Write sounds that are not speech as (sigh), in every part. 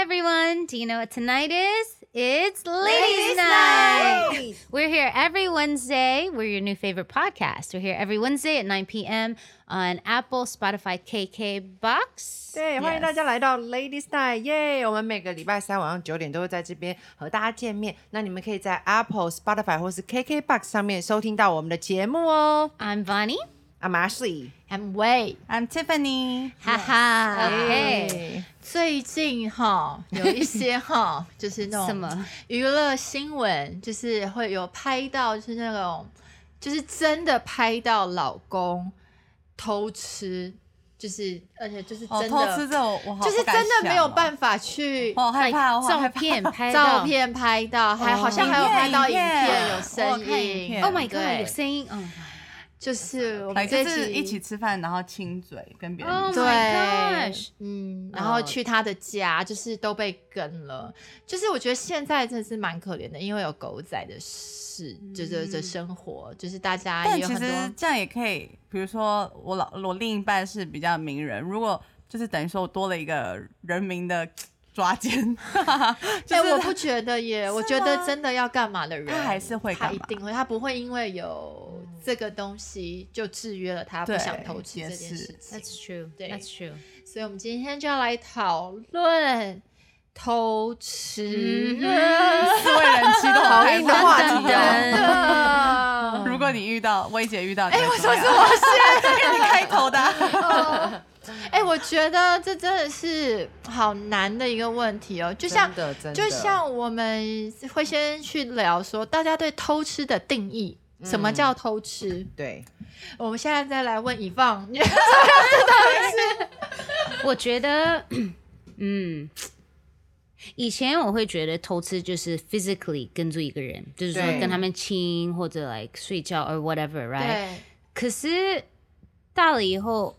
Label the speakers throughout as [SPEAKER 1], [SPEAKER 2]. [SPEAKER 1] everyone. Do you know what tonight is? It's Ladies, night. We're here every Wednesday. We're your new favorite podcast. We're here every Wednesday at 9 p.m. on Apple, Spotify, KK Box.
[SPEAKER 2] 对，欢迎大家来到 Ladies Night，耶！我们每个礼拜三晚上九点都会在这边和大家见面。那你们可以在 Apple、Spotify 或是 KKBox 上面收听到我们的节目哦。
[SPEAKER 1] I'm Bonnie.
[SPEAKER 2] I'm Ashley，
[SPEAKER 3] I'm Wei，
[SPEAKER 4] I'm Tiffany。
[SPEAKER 1] Haha. Okay.
[SPEAKER 2] 哎
[SPEAKER 3] 最近哈有一些哈，
[SPEAKER 4] (laughs)
[SPEAKER 3] 就是那
[SPEAKER 1] 什
[SPEAKER 3] 种
[SPEAKER 1] 么
[SPEAKER 3] 娱乐新闻，就是会有拍到，就是那种就是真的拍到老公偷吃，就是而且就是
[SPEAKER 4] 哦，
[SPEAKER 3] 真的、
[SPEAKER 4] 偷吃这种我好
[SPEAKER 3] 就是真
[SPEAKER 4] 哦
[SPEAKER 3] 的没有办
[SPEAKER 4] 法，
[SPEAKER 3] 法去
[SPEAKER 1] Oh,
[SPEAKER 4] 我好害怕，我好
[SPEAKER 1] 照
[SPEAKER 4] 害怕。
[SPEAKER 1] (laughs) 片拍到
[SPEAKER 3] 照。片拍到，还好像还有
[SPEAKER 4] 影片
[SPEAKER 3] 拍到
[SPEAKER 4] 哦
[SPEAKER 3] 影
[SPEAKER 4] 影片哦
[SPEAKER 3] 片有
[SPEAKER 4] 我
[SPEAKER 3] 声
[SPEAKER 4] 有看影
[SPEAKER 3] 音
[SPEAKER 4] 片
[SPEAKER 1] Oh my god！
[SPEAKER 3] 对
[SPEAKER 1] 有声音。Oh
[SPEAKER 3] 就是我
[SPEAKER 4] 来
[SPEAKER 3] 们这嗯
[SPEAKER 4] 就是一起吃饭，然后亲嘴跟别人
[SPEAKER 1] Oh
[SPEAKER 4] 亲嘴。
[SPEAKER 3] 对
[SPEAKER 1] my gosh，
[SPEAKER 3] 嗯，然后去他的家，就是都被跟了。就是我觉得现在真的是蛮可怜的，因为有狗仔的事，就是这生活，就是大家
[SPEAKER 4] 嗯但
[SPEAKER 3] 也有
[SPEAKER 4] 其
[SPEAKER 3] 很
[SPEAKER 4] 实
[SPEAKER 3] 多。
[SPEAKER 4] 这样也可以，比如说我老我另一半是比较名人，如果就是等于说我多了一个人民的抓奸， (laughs) 就
[SPEAKER 3] 哎、
[SPEAKER 4] 是
[SPEAKER 3] 我
[SPEAKER 4] (laughs)
[SPEAKER 3] 不觉得耶，我觉得真的要干嘛的人，
[SPEAKER 4] 他还是会
[SPEAKER 3] 他
[SPEAKER 4] 干
[SPEAKER 3] 一
[SPEAKER 4] 嘛嗯
[SPEAKER 3] 定会，他不会因为有这个东西就制约了他不
[SPEAKER 4] 对
[SPEAKER 3] 想投资
[SPEAKER 4] 也
[SPEAKER 3] 这件
[SPEAKER 4] 是
[SPEAKER 3] 事情。
[SPEAKER 1] That's true.
[SPEAKER 3] 对
[SPEAKER 1] That's true.
[SPEAKER 3] 所以我们今天就要来讨论偷
[SPEAKER 4] 嗯
[SPEAKER 3] 吃。
[SPEAKER 4] (laughs) 四位人妻都好
[SPEAKER 2] 硬的话题哦
[SPEAKER 4] 真的
[SPEAKER 3] 的
[SPEAKER 4] 如果你遇到薇姐遇到，哎，我说是我先，你开头的啊， (laughs)
[SPEAKER 3] (laughs) 哎、我觉得这真的是好难的一个问题哦，就像
[SPEAKER 2] 真的真的
[SPEAKER 3] 就像我们会先去聊说大家对偷吃的定义。
[SPEAKER 2] 嗯
[SPEAKER 3] 什么叫偷吃？
[SPEAKER 2] 对，
[SPEAKER 3] 我们现在再来问以
[SPEAKER 2] (laughs)
[SPEAKER 3] 放，
[SPEAKER 1] (laughs) 我觉得， (clears throat) 嗯，以前我会觉得偷吃就是 physically 跟住一个人，就是说
[SPEAKER 2] 对
[SPEAKER 1] 跟他们亲或者 like 睡觉 or whatever，right？
[SPEAKER 3] 对，
[SPEAKER 1] 可是大了以后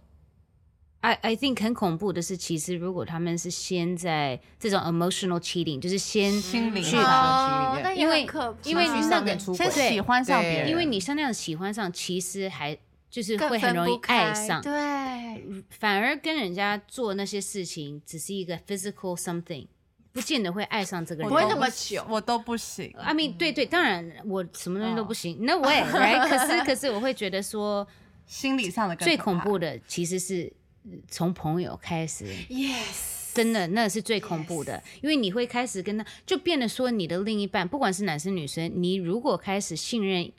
[SPEAKER 1] ，I I think 很恐怖的是，其实如果他们是先在这种 emotional cheating，就是先
[SPEAKER 4] 心灵
[SPEAKER 1] 去
[SPEAKER 4] 上
[SPEAKER 1] 吧
[SPEAKER 2] 哦
[SPEAKER 3] 那
[SPEAKER 1] 因
[SPEAKER 3] 也
[SPEAKER 1] 为
[SPEAKER 3] 很可怕，
[SPEAKER 1] 因为
[SPEAKER 2] 情绪
[SPEAKER 1] 那
[SPEAKER 2] 上
[SPEAKER 1] 个
[SPEAKER 2] 面出轨
[SPEAKER 4] 先喜欢上别人，
[SPEAKER 1] 因为你像那样喜欢上，其实还就是
[SPEAKER 3] 更
[SPEAKER 1] 会很
[SPEAKER 3] 分
[SPEAKER 1] 容易
[SPEAKER 3] 不
[SPEAKER 1] 爱
[SPEAKER 3] 开
[SPEAKER 1] 上，
[SPEAKER 3] 对，
[SPEAKER 1] 反而跟人家做那些事情只是一个 physical something，不见得会爱上这个人。
[SPEAKER 3] 不会那么久。
[SPEAKER 4] 我都不行。
[SPEAKER 1] I mean，对对，当然我什么东西都不行，那
[SPEAKER 3] (laughs)
[SPEAKER 1] 我也 right。可是可是我会觉得说，
[SPEAKER 4] 心理上的更
[SPEAKER 1] 最
[SPEAKER 4] 可
[SPEAKER 1] 恐
[SPEAKER 4] 怕
[SPEAKER 1] 怖的其实是呃从朋友开始，
[SPEAKER 3] Yes，
[SPEAKER 1] 真的那是最恐怖的，因为你会开始跟他就变得说你的另一半，不管是男生女生，你如果开始信任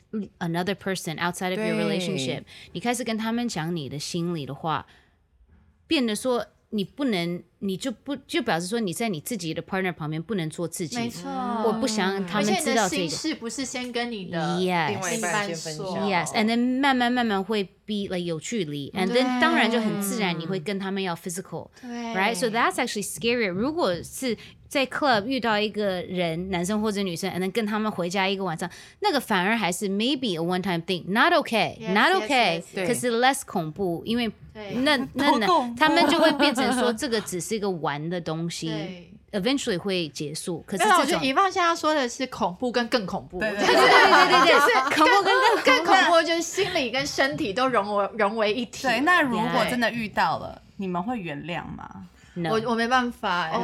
[SPEAKER 1] another person outside of your
[SPEAKER 2] 对
[SPEAKER 1] relationship，你开始跟他们讲你的心里的话，变得说。你不能，你就不就表示说你在你自己的 partner 旁边不能做自己。
[SPEAKER 3] 没错，
[SPEAKER 1] 我不想他
[SPEAKER 3] 而
[SPEAKER 1] 们
[SPEAKER 3] 且你
[SPEAKER 1] 知道
[SPEAKER 3] 的
[SPEAKER 1] 这
[SPEAKER 3] 心
[SPEAKER 1] 个。
[SPEAKER 3] 事不是先跟你的
[SPEAKER 1] Yes
[SPEAKER 3] 另
[SPEAKER 2] 另外一半
[SPEAKER 3] 半
[SPEAKER 2] 先分
[SPEAKER 3] 说
[SPEAKER 2] 享
[SPEAKER 1] Yes, and then 慢慢慢慢会 be like 有距离，and then
[SPEAKER 3] 对
[SPEAKER 1] 当然就很自然你会跟他们要 physical,
[SPEAKER 3] 对
[SPEAKER 1] right? So that's actually scary. 如果是在 club 遇到一个人，男生或者女生，and then 跟他们回家一个晚上，那个反而还是 maybe a one time thing, not okay,
[SPEAKER 3] Yes,
[SPEAKER 1] not
[SPEAKER 3] yes,
[SPEAKER 1] okay.
[SPEAKER 3] yes, yes.
[SPEAKER 1] 可是 less 恐怖，因为
[SPEAKER 3] 对
[SPEAKER 1] 那那
[SPEAKER 4] 多恐
[SPEAKER 1] 那
[SPEAKER 4] 怖啊
[SPEAKER 1] 他们就会变成说这个只是一个玩的东西
[SPEAKER 3] 对。
[SPEAKER 1] ，eventually 会结束。可是
[SPEAKER 3] 但我
[SPEAKER 1] 这
[SPEAKER 3] 觉得
[SPEAKER 1] 种
[SPEAKER 3] 以放现在说的是恐怖跟更恐怖，
[SPEAKER 4] 对对
[SPEAKER 3] 就
[SPEAKER 4] 对
[SPEAKER 3] 是
[SPEAKER 1] 对对对，恐怖跟更
[SPEAKER 3] 更恐怖就是心理跟身体都融为融为一体。
[SPEAKER 4] 对，那如果
[SPEAKER 3] Yeah
[SPEAKER 4] 真的遇到了，你们会原谅吗？
[SPEAKER 1] No
[SPEAKER 3] 我我没办法、欸。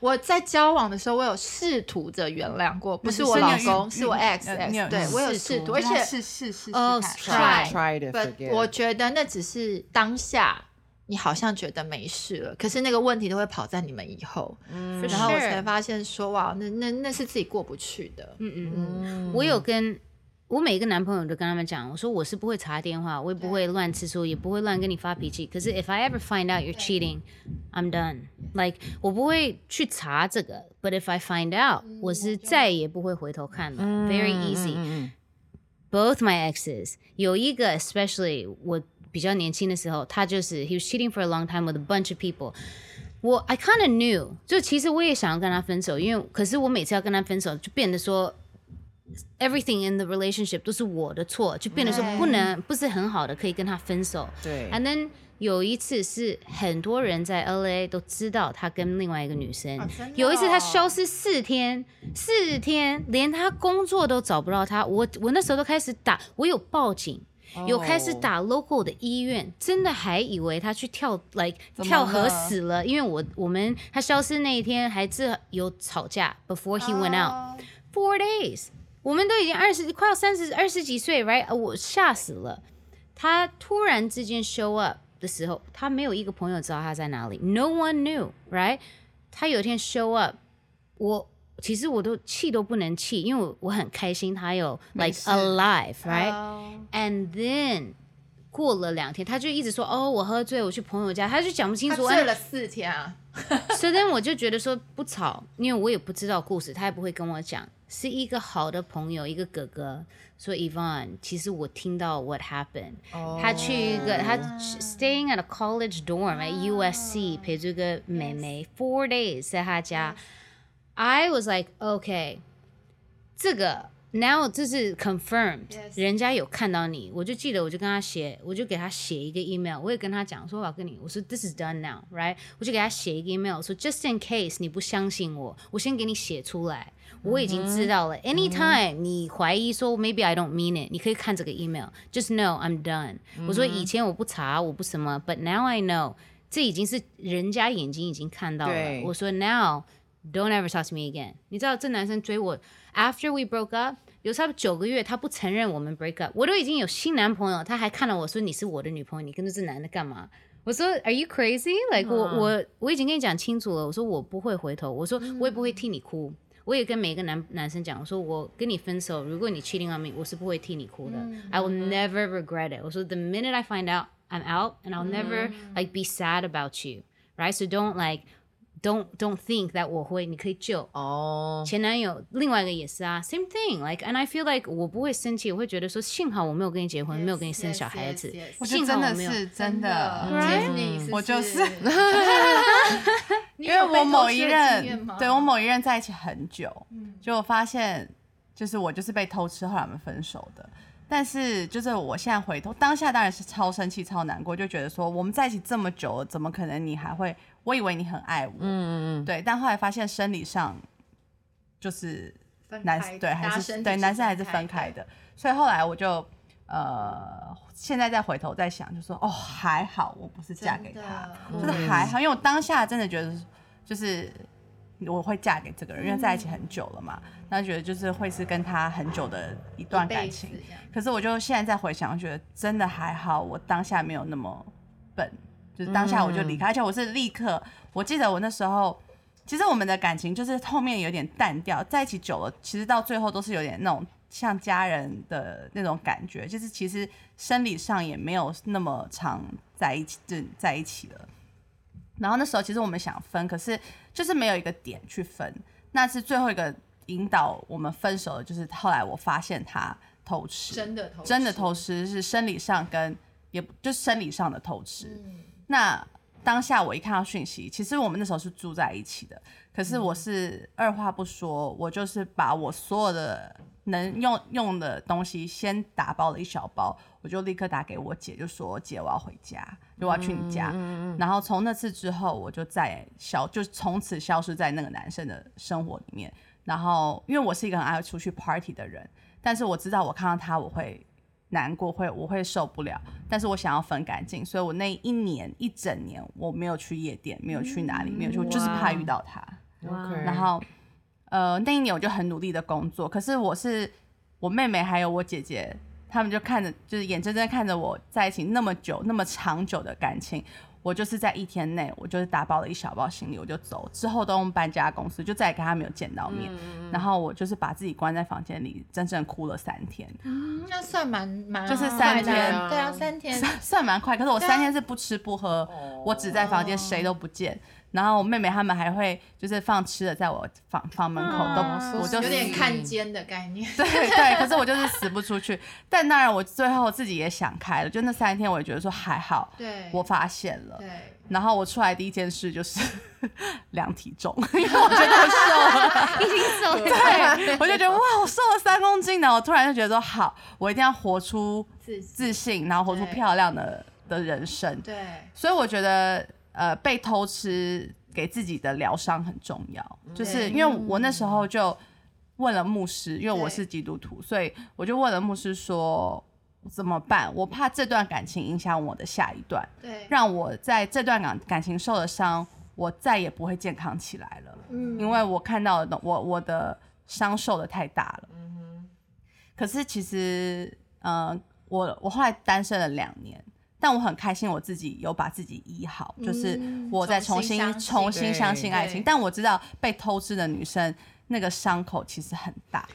[SPEAKER 3] 我在交往的时候，我有试图着原谅过，不是我老公，
[SPEAKER 4] 是
[SPEAKER 3] 是我 ex
[SPEAKER 4] 嗯你有
[SPEAKER 3] ex，对
[SPEAKER 4] 试
[SPEAKER 3] 我有
[SPEAKER 1] 图
[SPEAKER 3] 试图，而
[SPEAKER 4] 就是
[SPEAKER 3] 且
[SPEAKER 4] 试试试试
[SPEAKER 1] 哦
[SPEAKER 4] 看
[SPEAKER 3] try
[SPEAKER 2] Try to
[SPEAKER 3] but
[SPEAKER 2] forget
[SPEAKER 3] 我觉得那只是当下，你好像觉得没事了，可是那个问题都会跑在你们以后，
[SPEAKER 1] For
[SPEAKER 3] 然后我
[SPEAKER 1] sure
[SPEAKER 3] 才发现说，哇，那那那是自己过不去的。
[SPEAKER 1] 嗯嗯嗯。我有跟我每一个男朋友都跟他们讲，我说我是不会查电话，我也不会乱吃醋，也不会乱跟你发脾气。可是 if I ever find out you're cheating, I'm done. Like 我不会去查这个，but if I find out，我是再也不会回头看了。Very easy.
[SPEAKER 2] 嗯
[SPEAKER 1] Both my exes，有一个 especially 我比较年轻的时候，他就是 he was cheating for a long time with a bunch of people。我 I kind of knew，就其实我也想要跟他分手，因为可是我每次要跟他分手，就变得说 everything in the relationship 都是我的错，就变得说
[SPEAKER 3] 对
[SPEAKER 1] 不能不是很好的可以跟他分手。
[SPEAKER 2] 对
[SPEAKER 1] And then 有一次是很多人在 LA 都知道他跟另外一个女生，
[SPEAKER 3] 真的哦
[SPEAKER 1] 有一次他消失四天，四天连他工作都找不到他，我我那时候都开始打，我有报警，有开始
[SPEAKER 2] 哦
[SPEAKER 1] 打 local 的医院，真的还以为他去跳 like
[SPEAKER 4] 怎么
[SPEAKER 1] 跳河
[SPEAKER 4] 了
[SPEAKER 1] 死了，因为我我们他消失那一天还是有吵架，before he went out、
[SPEAKER 3] 哦
[SPEAKER 1] four days，我们都已经二十快要三十二十几岁，right？呃我吓死了。他突然之间 show up 的时候，他没有一个朋友知道他在哪里，no one knew，right？他有一天 show up，我其实我都气都不能气，因为我我很开心他有 like
[SPEAKER 4] 事
[SPEAKER 1] alive，right？、
[SPEAKER 3] 哦
[SPEAKER 1] And then 过了两天，他就一直说哦，我喝醉，我去朋友家，他就讲不清
[SPEAKER 3] 他
[SPEAKER 1] 楚。
[SPEAKER 3] 醉了四天啊，
[SPEAKER 1] (laughs) 所以呢，我就觉得说不吵，因为我也不知道故事，他也不会跟我讲。是一个好的朋友，一个哥哥说 Evan，其实我听到 what happened，、他去一个他 staying at a college dorm at USC、陪这个妹妹 four days 在他家。I was like OK，这个 now 这是 confirmed，、
[SPEAKER 3] Yes
[SPEAKER 1] 人家有看到你，我就记得我就跟他写，我就给他写一个 email，我也跟他讲说我要跟你，我说 this is done now，right，我就给他写一个 email，我说 just in case 你不相信我，我先给你写出来。我已经知道了。Anytime、你怀疑说 maybe I don't mean it，你可以看这个 email。Just know I'm done、我说以前我不查，我不什么，but now I know，这已经是人家眼睛已经看到了
[SPEAKER 2] 对。
[SPEAKER 1] 我说 now don't ever talk to me again。你知道这男生追我，after we broke up。有差不多九个月，他不承认我们 break up，我都已经有新男朋友，他还看到我说你是我的女朋友，你跟着这男的干嘛？我说 Are you crazy？like, 我我我已经跟你讲清楚了，我说我不会回头，我说我也不会替你哭，我也跟每一个男男生讲，我说我跟你分手，如果你 cheating on me，我是不会替你哭的、i will never regret it。我说 the minute I find out I'm out and I'll never like be sad about you, right? So don't like don't don't think that 我会，你可以救。
[SPEAKER 2] 哦，
[SPEAKER 1] 前男友另外一个也是啊，same thing，like and I feel like 我不会生气，我会觉得说幸好我没有跟你结婚，没有跟你生小孩子
[SPEAKER 3] yes, yes, yes
[SPEAKER 4] 我觉得
[SPEAKER 1] 幸好
[SPEAKER 4] 真
[SPEAKER 1] 我
[SPEAKER 4] 的
[SPEAKER 1] 没有。
[SPEAKER 4] 是真
[SPEAKER 3] 的
[SPEAKER 4] 的，
[SPEAKER 1] Right？
[SPEAKER 3] ，Tiffany，
[SPEAKER 4] 我就是
[SPEAKER 3] 你
[SPEAKER 4] 因为
[SPEAKER 3] 有被
[SPEAKER 4] 我某
[SPEAKER 3] 偷
[SPEAKER 4] 一
[SPEAKER 3] 吃的经验
[SPEAKER 4] 任
[SPEAKER 3] 吗，嗯
[SPEAKER 4] 对我某一任在一起很久，就我发现就是我就是被偷吃，后来我们分手的。但是就是我现在回头，当下当然是超生气、超难过，就觉得说我们在一起这么久了，怎么可能你还会？我以为你很爱我，
[SPEAKER 2] 嗯嗯嗯，
[SPEAKER 4] 对，但后来发现生理上就是
[SPEAKER 3] 分
[SPEAKER 4] 男
[SPEAKER 3] 开
[SPEAKER 4] 对
[SPEAKER 3] 大
[SPEAKER 4] 还
[SPEAKER 3] 家
[SPEAKER 4] 是
[SPEAKER 3] 身体
[SPEAKER 4] 对男生还是分开
[SPEAKER 3] 开，
[SPEAKER 4] 的，所以后来我就呃，现在再回头再想，就说哦还好我不是嫁给
[SPEAKER 3] 真
[SPEAKER 4] 他，
[SPEAKER 3] 的
[SPEAKER 4] 就是还好，因为我当下真的觉得就是我会嫁给这个人，因为在
[SPEAKER 3] 嗯
[SPEAKER 4] 一起很久了嘛，那觉得就是会是跟他很久的一段
[SPEAKER 3] 一辈
[SPEAKER 4] 感
[SPEAKER 3] 子
[SPEAKER 4] 情，
[SPEAKER 3] 这样
[SPEAKER 4] 可是我就现在再回想，我觉得真的还好，我当下没有那么笨，就是当下我就
[SPEAKER 3] 嗯
[SPEAKER 4] 离开，而且我是立刻，我记得我那时候，其实我们的感情就是后面有点淡掉，在一起久了，其实到最后都是有点那种像家人的那种感觉，就是其实生理上也没有那么常在一起，就在一起了。然后那时候其实我们想分，可是就是没有一个点去分。那是最后一个引导我们分手的，就是后来我发现他偷吃，
[SPEAKER 3] 真的偷吃
[SPEAKER 4] 真的偷吃是生理上跟也不就是生理上的偷吃。
[SPEAKER 3] 嗯
[SPEAKER 4] 那当下我一看到讯息，其实我们那时候是住在一起的，可是我是二话不说，我就是把我所有的能用用的东西先打包了一小包，我就立刻打给我姐，就说姐我要回家，就我要去你家。然后从那次之后，我就再消，就从此消失在那个男生的生活里面。然后因为我是一个很爱出去 party 的人，但是我知道我看到他我会难过，会我会受不了，但是我想要分干净，所以我那一年一整年我没有去夜店，没有去哪里，没有去，我就是怕遇到他。
[SPEAKER 1] 哇
[SPEAKER 2] OK
[SPEAKER 4] 然后呃那一年我就很努力的工作，可是我是我妹妹还有我姐姐，她们就看着就是眼睁睁地看着我在一起那么久那么长久的感情。我就是在一天内，我就是打包了一小包行李，我就走。之后都用搬家公司，就再也跟他没有见到面。
[SPEAKER 3] 嗯
[SPEAKER 4] 然后我就是把自己关在房间里，整整哭了三
[SPEAKER 3] (laughs)
[SPEAKER 4] 天，
[SPEAKER 3] 嗯那算蛮蛮
[SPEAKER 4] 就是
[SPEAKER 3] 快
[SPEAKER 4] 三
[SPEAKER 3] 的
[SPEAKER 4] 天
[SPEAKER 3] 啊对啊，三天
[SPEAKER 4] 算算蛮快。可是我
[SPEAKER 3] 对啊
[SPEAKER 4] 三天是不吃不喝，
[SPEAKER 3] 哦
[SPEAKER 4] 我只在房间谁都不见。然后我妹妹他们还会就是放吃的在我房房门口，都不我就
[SPEAKER 3] 嗯有点
[SPEAKER 4] 死
[SPEAKER 3] 看肩的概念， (laughs)
[SPEAKER 4] 对 (laughs) 对，可是我就是死不出去。但当然，我最后自己也想开了，就那三天，我也觉得说还好，
[SPEAKER 3] 对，
[SPEAKER 4] 我发现了。
[SPEAKER 3] 对。
[SPEAKER 4] 然后我出来第一件事就是 (laughs) 量体重，
[SPEAKER 3] (laughs)
[SPEAKER 4] 因为我觉得我瘦了。
[SPEAKER 1] 已经
[SPEAKER 4] (laughs)
[SPEAKER 1] 走了。
[SPEAKER 4] (laughs) 对，我
[SPEAKER 3] (laughs)
[SPEAKER 4] 就觉得哇，我瘦了三公斤呢！我突然就觉得说，好，我一定要活出
[SPEAKER 3] 自己
[SPEAKER 4] 自信，然后活出
[SPEAKER 3] 对
[SPEAKER 4] 漂亮的的人生。
[SPEAKER 3] 对，
[SPEAKER 4] 所以我觉得，呃，被偷吃给自己的疗伤很重要，就是因为我那时候就问了牧师，因为我是基督徒，所以我就问了牧师说，怎么办？我怕这段感情影响我的下一段，
[SPEAKER 3] 对，
[SPEAKER 4] 让我在这段感感情受了伤，我再也不会健康起来了。
[SPEAKER 3] 嗯
[SPEAKER 4] 因为我看到的东，我我的伤受的太大了。
[SPEAKER 3] 嗯
[SPEAKER 4] 可是其实，呃，我我后来单身了两年，但我很开心我自己有把自己医好，就是
[SPEAKER 3] 嗯
[SPEAKER 4] 我在
[SPEAKER 3] 重
[SPEAKER 4] 重
[SPEAKER 3] 新
[SPEAKER 4] 新
[SPEAKER 3] 相信
[SPEAKER 4] 重新相信爱情。
[SPEAKER 3] 对
[SPEAKER 4] 但我知道被偷吃的女生那个伤口其实很大，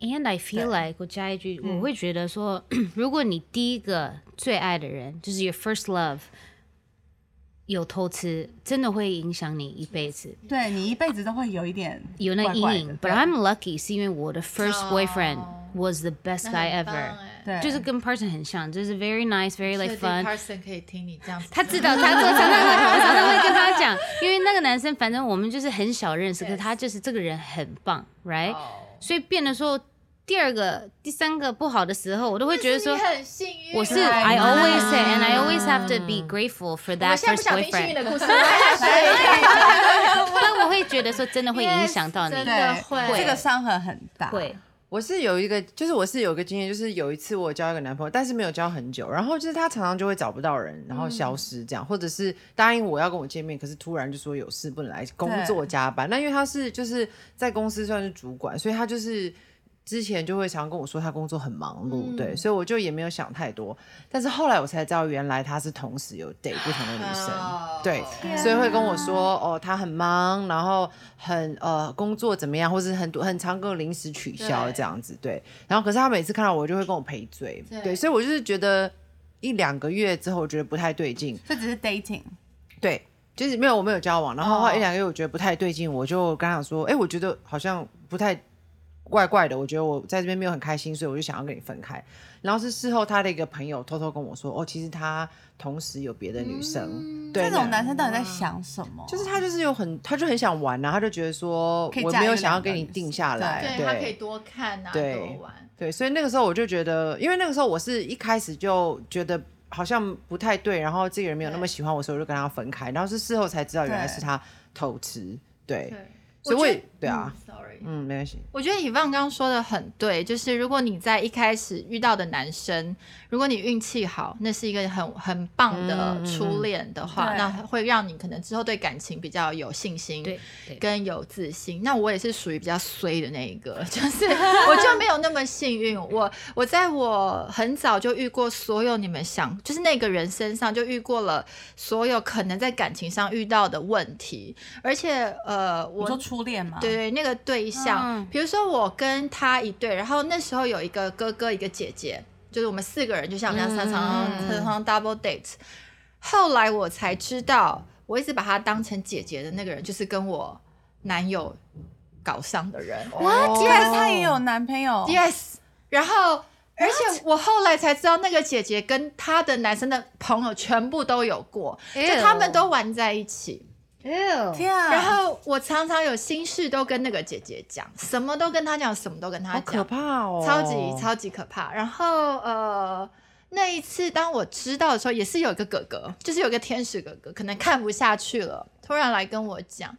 [SPEAKER 1] And I feel
[SPEAKER 4] 对
[SPEAKER 1] like 我加一句，我会觉得说， (clears throat) 如果你第一个最爱的人就是 your first love 有偷吃，真的会影响你一辈子，
[SPEAKER 3] 嗯
[SPEAKER 4] 对你一辈子都会有一点
[SPEAKER 1] 有那
[SPEAKER 4] 怪
[SPEAKER 1] 阴
[SPEAKER 4] 怪
[SPEAKER 1] 影。
[SPEAKER 4] 的
[SPEAKER 1] But I'm lucky 是因为我的 first boyfriend
[SPEAKER 3] 哦
[SPEAKER 1] was the best
[SPEAKER 3] 那
[SPEAKER 1] guy
[SPEAKER 3] 很棒
[SPEAKER 1] ever，
[SPEAKER 3] 哎
[SPEAKER 4] Oh。对，
[SPEAKER 1] 就是跟 person 很像，就是 very nice，very
[SPEAKER 3] 所以
[SPEAKER 1] like fun。
[SPEAKER 3] Parson 可以听你这样子，
[SPEAKER 1] 他知道，他我常常会，我常常会跟他讲，因为那个男生，反正我们就是很小认识，可是他就是这个人很棒，right？
[SPEAKER 3] 哦
[SPEAKER 1] 所以变得说，第二个、第三个不好的时候，我都会觉得说
[SPEAKER 3] 但是，你很幸运，啊
[SPEAKER 1] 我是
[SPEAKER 3] 我
[SPEAKER 1] I
[SPEAKER 4] 嘛
[SPEAKER 1] always say and I always have to be grateful for
[SPEAKER 3] 嗯们
[SPEAKER 1] that
[SPEAKER 3] 现在
[SPEAKER 1] first
[SPEAKER 3] 不想听幸运
[SPEAKER 1] boyfriend。
[SPEAKER 3] 的故事，来
[SPEAKER 2] (laughs)
[SPEAKER 3] 来来
[SPEAKER 1] (laughs) 但我会觉得说，真的会影响到你
[SPEAKER 3] Yes，真。的
[SPEAKER 4] 对
[SPEAKER 3] 会
[SPEAKER 4] 这个伤痕很大，
[SPEAKER 1] 会，
[SPEAKER 2] 我是有一个，就是我是有一个经验，就是有一次我交一个男朋友，但是没有交很久，然后就是他常常就会找不到人，然后消失这样，或者是答应我要跟我见面，可是突然就说有事不能来，工作加班。那因为他是就是在公司算是主管，所以他就是。之前就会常跟我说他工作很忙碌，
[SPEAKER 3] 嗯
[SPEAKER 2] 对，所以我就也没有想太多。但是后来我才知道，原来他是同时有 date 不同的女生，
[SPEAKER 3] 哦
[SPEAKER 2] 对，
[SPEAKER 3] 天
[SPEAKER 2] 所以会跟我说哦，他很忙，然后很呃工作怎么样，或是很多很常跟我临时取消
[SPEAKER 3] 对
[SPEAKER 2] 这样子，对。然后可是他每次看到我就会跟我赔罪，
[SPEAKER 3] 对
[SPEAKER 2] 对，所以我就是觉得一两个月之后，我觉得不太对劲，
[SPEAKER 4] 这只是 dating，
[SPEAKER 2] 对，就是没有我没有交往，然后后来
[SPEAKER 3] 哦
[SPEAKER 2] 一两个月我觉得不太对劲，我就跟他讲说，哎、我觉得好像不太怪怪的，我觉得我在这边没有很开心，所以我就想要跟你分开。然后是事后他的一个朋友偷偷跟我说，哦，其实他同时有别的女生，对
[SPEAKER 4] 这种男生到底在想什么？
[SPEAKER 2] 就是他就是有很，他就很想玩啊，他就觉得说
[SPEAKER 4] 可以
[SPEAKER 2] 我
[SPEAKER 4] 加
[SPEAKER 2] 没有
[SPEAKER 4] 一
[SPEAKER 2] 想要
[SPEAKER 4] 两个
[SPEAKER 2] 跟你
[SPEAKER 4] 女
[SPEAKER 2] 定
[SPEAKER 4] 生
[SPEAKER 2] 下来，
[SPEAKER 4] 对
[SPEAKER 3] 对
[SPEAKER 2] 对
[SPEAKER 3] 他可以多看啊，
[SPEAKER 2] 对
[SPEAKER 3] 多玩，
[SPEAKER 2] 对，所以那个时候我就觉得，因为那个时候我是一开始就觉得好像不太对，然后这个人没有那么喜欢我，所以我就跟他分开，然后是事后才知道原来
[SPEAKER 4] 对
[SPEAKER 2] 是他偷吃，对，
[SPEAKER 3] 对，
[SPEAKER 2] 所以我
[SPEAKER 3] 觉
[SPEAKER 2] 也
[SPEAKER 3] 得
[SPEAKER 2] 对啊，
[SPEAKER 3] 嗯，sorry，
[SPEAKER 2] 嗯，没关系，
[SPEAKER 3] 我觉得以旺刚刚说的很对，就是如果你在一开始遇到的男生，如果你运气好，那是一个很很棒的
[SPEAKER 2] 嗯嗯
[SPEAKER 3] 初恋的话，
[SPEAKER 4] 对
[SPEAKER 3] 那会让你可能之后对感情比较有信心。
[SPEAKER 1] 对对
[SPEAKER 3] 跟有自信。那我也是属于比较衰的那一个， (laughs) 就是我就没有那么幸运。我我在我很早就遇过所有你们想，就是那个人身上就遇过了所有可能在感情上遇到的问题，而且呃，
[SPEAKER 4] 你
[SPEAKER 3] 我
[SPEAKER 4] 说初恋吗？
[SPEAKER 3] 对对，那个对象
[SPEAKER 1] 嗯，
[SPEAKER 3] 比如说我跟他一对，然后那时候有一个哥哥，一个姐姐，就是我们四个人，就像我们这样常常常常 double date。后来我才知道，我一直把他当成姐姐的那个人，就是跟我男友搞上的人。
[SPEAKER 2] 哇，
[SPEAKER 4] 但
[SPEAKER 3] 哦
[SPEAKER 4] 是啊他也有男朋友，
[SPEAKER 3] Yes，然后。而且我后来才知道，那个姐姐跟她的男生的朋友全部都有过，就他们都玩在一起。
[SPEAKER 1] Ew，
[SPEAKER 4] 天啊！
[SPEAKER 3] 然后我常常有心事都跟那个姐姐讲，什么都跟她讲，什么都跟她
[SPEAKER 2] 好可
[SPEAKER 3] 讲，
[SPEAKER 2] 怕哦，
[SPEAKER 3] 超级超级可怕。然后呃，那一次当我知道的时候，也是有一个哥哥，就是有一个天使哥哥，可能看不下去了，突然来跟我讲。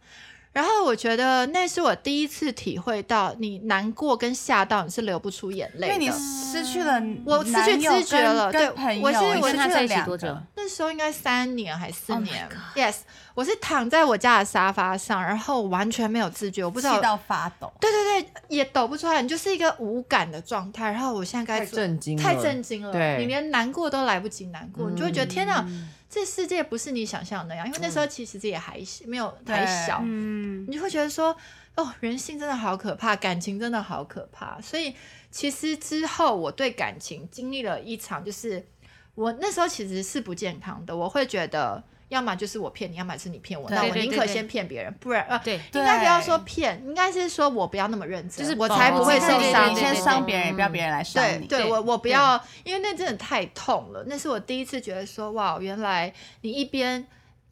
[SPEAKER 3] 然后我觉得那是我第一次体会到，你难过跟吓到你是流不出眼泪
[SPEAKER 4] 因
[SPEAKER 3] 的。
[SPEAKER 4] 为你失去了男友跟，
[SPEAKER 3] 我失去知觉了
[SPEAKER 4] 跟
[SPEAKER 3] 对
[SPEAKER 4] 朋友
[SPEAKER 3] 我是
[SPEAKER 4] 你
[SPEAKER 3] 我
[SPEAKER 1] 跟
[SPEAKER 4] 失去
[SPEAKER 1] 他
[SPEAKER 4] 了
[SPEAKER 1] 在一起
[SPEAKER 4] 两
[SPEAKER 1] 多
[SPEAKER 4] 个
[SPEAKER 1] 久？
[SPEAKER 3] 那时候应该三年还四
[SPEAKER 1] Oh my
[SPEAKER 3] 年、y e s 我是躺在我家的沙发上，然后完全没有知觉，我不知道
[SPEAKER 4] 气到发抖。
[SPEAKER 3] 对对对，也抖不出来，你就是一个无感的状态。然后我现在该
[SPEAKER 2] 太
[SPEAKER 3] 做
[SPEAKER 2] 震惊了，
[SPEAKER 3] 太震惊了，
[SPEAKER 2] 对
[SPEAKER 3] 你连难过都来不及难过，你就会觉得天哪，这世界不是你想象的那样。因为那时候其实自己也还小没有
[SPEAKER 4] 对
[SPEAKER 3] 还小，
[SPEAKER 1] 嗯，
[SPEAKER 3] 你就会觉得说，哦，人性真的好可怕，感情真的好可怕。所以其实之后我对感情经历了一场，就是我那时候其实是不健康的，我会觉得。要么就是我骗你，要么是你骗我。
[SPEAKER 4] 对
[SPEAKER 3] 那我
[SPEAKER 1] 对
[SPEAKER 3] 宁
[SPEAKER 1] 对
[SPEAKER 3] 可
[SPEAKER 1] 对
[SPEAKER 3] 先骗别人，不然呃，
[SPEAKER 1] 对，
[SPEAKER 4] 对
[SPEAKER 3] 应该不要说骗，应该是说我不要那么认
[SPEAKER 1] 就
[SPEAKER 3] 真，
[SPEAKER 1] 是
[SPEAKER 3] 我才不会受
[SPEAKER 1] 保护自己
[SPEAKER 3] 伤。
[SPEAKER 1] 对对
[SPEAKER 4] 你
[SPEAKER 1] 对
[SPEAKER 4] 先
[SPEAKER 1] 对
[SPEAKER 4] 伤别人，也不要
[SPEAKER 1] 嗯
[SPEAKER 4] 别人来伤
[SPEAKER 3] 对
[SPEAKER 4] 你。
[SPEAKER 3] 对，
[SPEAKER 1] 对
[SPEAKER 3] 我我不要，因为那真的太痛了。那是我第一次觉得说，哇，原来你一边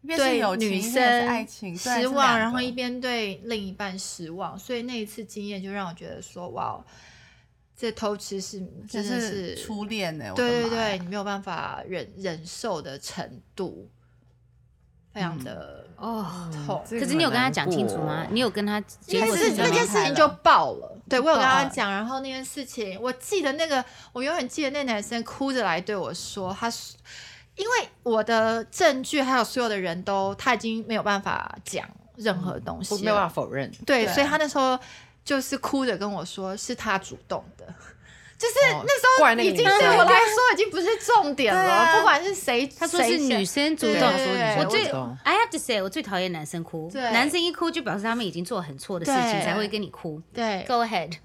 [SPEAKER 4] 一边是
[SPEAKER 3] 对
[SPEAKER 4] 友情，
[SPEAKER 3] 女
[SPEAKER 4] 一边是
[SPEAKER 3] 生
[SPEAKER 4] 爱情，对
[SPEAKER 3] 失望，然后。
[SPEAKER 4] 是
[SPEAKER 3] 一
[SPEAKER 4] 两个
[SPEAKER 3] 边对另一半失望，所以那一次经验就让我觉得说，哇，这偷吃是
[SPEAKER 4] 这
[SPEAKER 3] 真的
[SPEAKER 4] 是初恋呢、我的
[SPEAKER 3] 对对
[SPEAKER 4] 妈呀
[SPEAKER 3] 对，你没有办法忍忍受的程度。非常
[SPEAKER 4] 嗯
[SPEAKER 3] 的
[SPEAKER 1] 哦。
[SPEAKER 3] 痛。
[SPEAKER 2] 这个
[SPEAKER 1] 可是你有
[SPEAKER 2] 很
[SPEAKER 1] 跟他
[SPEAKER 2] 难
[SPEAKER 1] 讲清楚
[SPEAKER 2] 过
[SPEAKER 1] 吗？你有跟他结
[SPEAKER 3] 但
[SPEAKER 1] 果是
[SPEAKER 3] 是那
[SPEAKER 1] 什
[SPEAKER 3] 件
[SPEAKER 1] 么？
[SPEAKER 3] 事情就爆了，啊对我有跟
[SPEAKER 4] 爆
[SPEAKER 3] 他
[SPEAKER 4] 了
[SPEAKER 3] 讲，然后那件事情，我记得那个，我永远记得那男生哭着来对我说，他说，因为我的证据还有所有的人都，他已经没有办法讲任何东
[SPEAKER 2] 我
[SPEAKER 3] 西
[SPEAKER 2] 没有办法
[SPEAKER 3] 了，
[SPEAKER 2] 否认。
[SPEAKER 3] 对，啊
[SPEAKER 4] 对
[SPEAKER 3] 所以他那时候就是哭着跟我说，是他主动的，就是
[SPEAKER 2] 哦
[SPEAKER 3] 那时
[SPEAKER 2] 怪
[SPEAKER 3] 候
[SPEAKER 2] 那个
[SPEAKER 3] 已经
[SPEAKER 2] 女生
[SPEAKER 3] 对我来说已经不是重点
[SPEAKER 4] 对
[SPEAKER 3] 了，
[SPEAKER 4] 啊
[SPEAKER 3] 不管是谁，
[SPEAKER 1] 他说是
[SPEAKER 3] 谁
[SPEAKER 1] 女
[SPEAKER 3] 先
[SPEAKER 1] 生主
[SPEAKER 3] 对
[SPEAKER 1] 动，
[SPEAKER 3] 对对
[SPEAKER 1] 我
[SPEAKER 3] 我
[SPEAKER 1] 最
[SPEAKER 2] 懂
[SPEAKER 1] I have to say，我最讨厌男生哭。
[SPEAKER 3] 对
[SPEAKER 1] 男生一哭就表示他们已经做很错的事情，
[SPEAKER 3] 对
[SPEAKER 1] 才会跟你哭。
[SPEAKER 3] 对
[SPEAKER 1] Go ahead，
[SPEAKER 3] (laughs)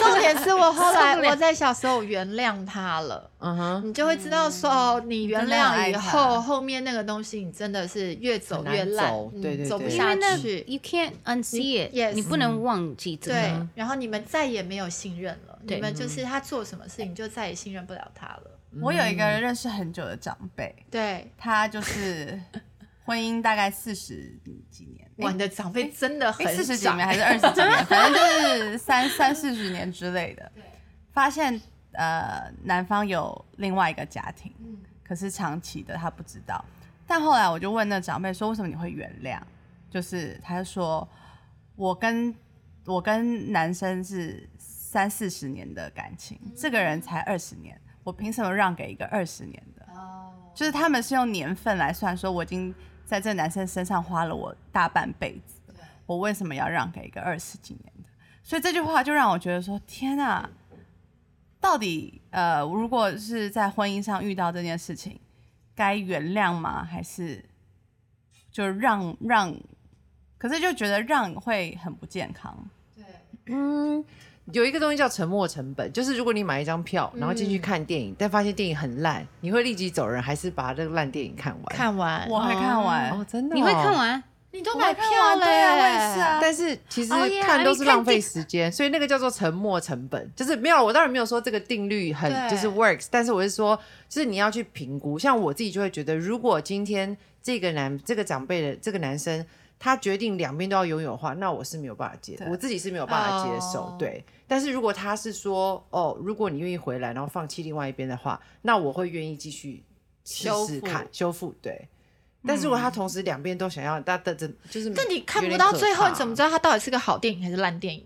[SPEAKER 3] 重点是我后
[SPEAKER 1] (laughs)
[SPEAKER 3] 来
[SPEAKER 1] 受不了
[SPEAKER 3] 我在小时候原谅他了。
[SPEAKER 2] 嗯哼，
[SPEAKER 3] 你就会知道说，哦，你原
[SPEAKER 4] 真的很
[SPEAKER 3] 谅
[SPEAKER 4] 爱
[SPEAKER 3] 以
[SPEAKER 4] 他
[SPEAKER 3] 后，后面那个东西你真的是越走
[SPEAKER 2] 很难
[SPEAKER 3] 越烂，
[SPEAKER 2] 走
[SPEAKER 3] 嗯
[SPEAKER 2] 对对
[SPEAKER 3] 走不
[SPEAKER 2] 对
[SPEAKER 1] 因为
[SPEAKER 3] 下
[SPEAKER 1] 那
[SPEAKER 3] 去。
[SPEAKER 1] you can't unsee
[SPEAKER 3] 你
[SPEAKER 1] it，
[SPEAKER 3] yes
[SPEAKER 1] 你不能忘记这
[SPEAKER 3] 对
[SPEAKER 1] 个。，
[SPEAKER 3] 然后你们再也没有信任了，
[SPEAKER 1] 对
[SPEAKER 3] 你们就是他做什么事情就再也信任不了他了。
[SPEAKER 4] 我有一个
[SPEAKER 3] 嗯
[SPEAKER 4] 认识很久的长辈，
[SPEAKER 3] 对，
[SPEAKER 4] 他就是婚姻大概四十几年，
[SPEAKER 3] 我的长辈真的很
[SPEAKER 4] 哎四十几
[SPEAKER 3] 长
[SPEAKER 4] 年还是二十几年，反正就是三三四十年之类的。发现呃，男方有另外一个家庭，可是长期的他不知道。但后来我就问那长辈说：“为什么你会原谅？”就是他就说：“我跟我跟男生是三四十年的感情，这个人才二十年，我凭什么让给一个二十年的？”
[SPEAKER 3] 哦，
[SPEAKER 4] 就是他们是用年份来算，说我已经在这男生身上花了我大半辈子了，我为什么要让给一个二十几年的？所以这句话就让我觉得说，天啊，到底呃，如果是在婚姻上遇到这件事情，该原谅吗？还是就让让？可是就觉得让会很不健康，
[SPEAKER 3] 对，
[SPEAKER 2] 有一个东西叫沉没成本，就是如果你买一张票，然后进去看电影，但发现电影很烂，你会立即走人，还是把这个烂电影看完？
[SPEAKER 3] 看完
[SPEAKER 4] 我会看完。
[SPEAKER 2] 哦，真的、
[SPEAKER 1] 你会看？完？
[SPEAKER 3] 你都
[SPEAKER 4] 我
[SPEAKER 3] 买
[SPEAKER 4] 会
[SPEAKER 3] 票
[SPEAKER 4] 看完
[SPEAKER 3] 了
[SPEAKER 4] 对啊，
[SPEAKER 3] 耶
[SPEAKER 4] 我也是啊。
[SPEAKER 2] 但是其实
[SPEAKER 1] 哦耶
[SPEAKER 2] 看都
[SPEAKER 1] 你
[SPEAKER 2] 是
[SPEAKER 1] 看
[SPEAKER 2] 浪费
[SPEAKER 1] 电
[SPEAKER 2] 时间，所以那个叫做沉没成本，就是没有。我当然没有说这个定律很
[SPEAKER 3] 对
[SPEAKER 2] 就是 works，但是我是说，就是你要去评估。像我自己就会觉得，如果今天这个男这个长辈的这个男生，他决定两边都要拥有的话，那我是没有办法接，
[SPEAKER 4] 对
[SPEAKER 2] 我自己是没有办法接受。
[SPEAKER 3] 哦
[SPEAKER 2] 对，但是如果他是说，哦，如果你愿意回来，然后放弃另外一边的话，那我会愿意继续试
[SPEAKER 4] 修
[SPEAKER 2] 试
[SPEAKER 4] 复
[SPEAKER 2] 看修复。对。但是如果他同时两边都想要，那那真就是，
[SPEAKER 3] 但嗯你看不到最后，你怎么知道他到底是个好电影还是烂电影？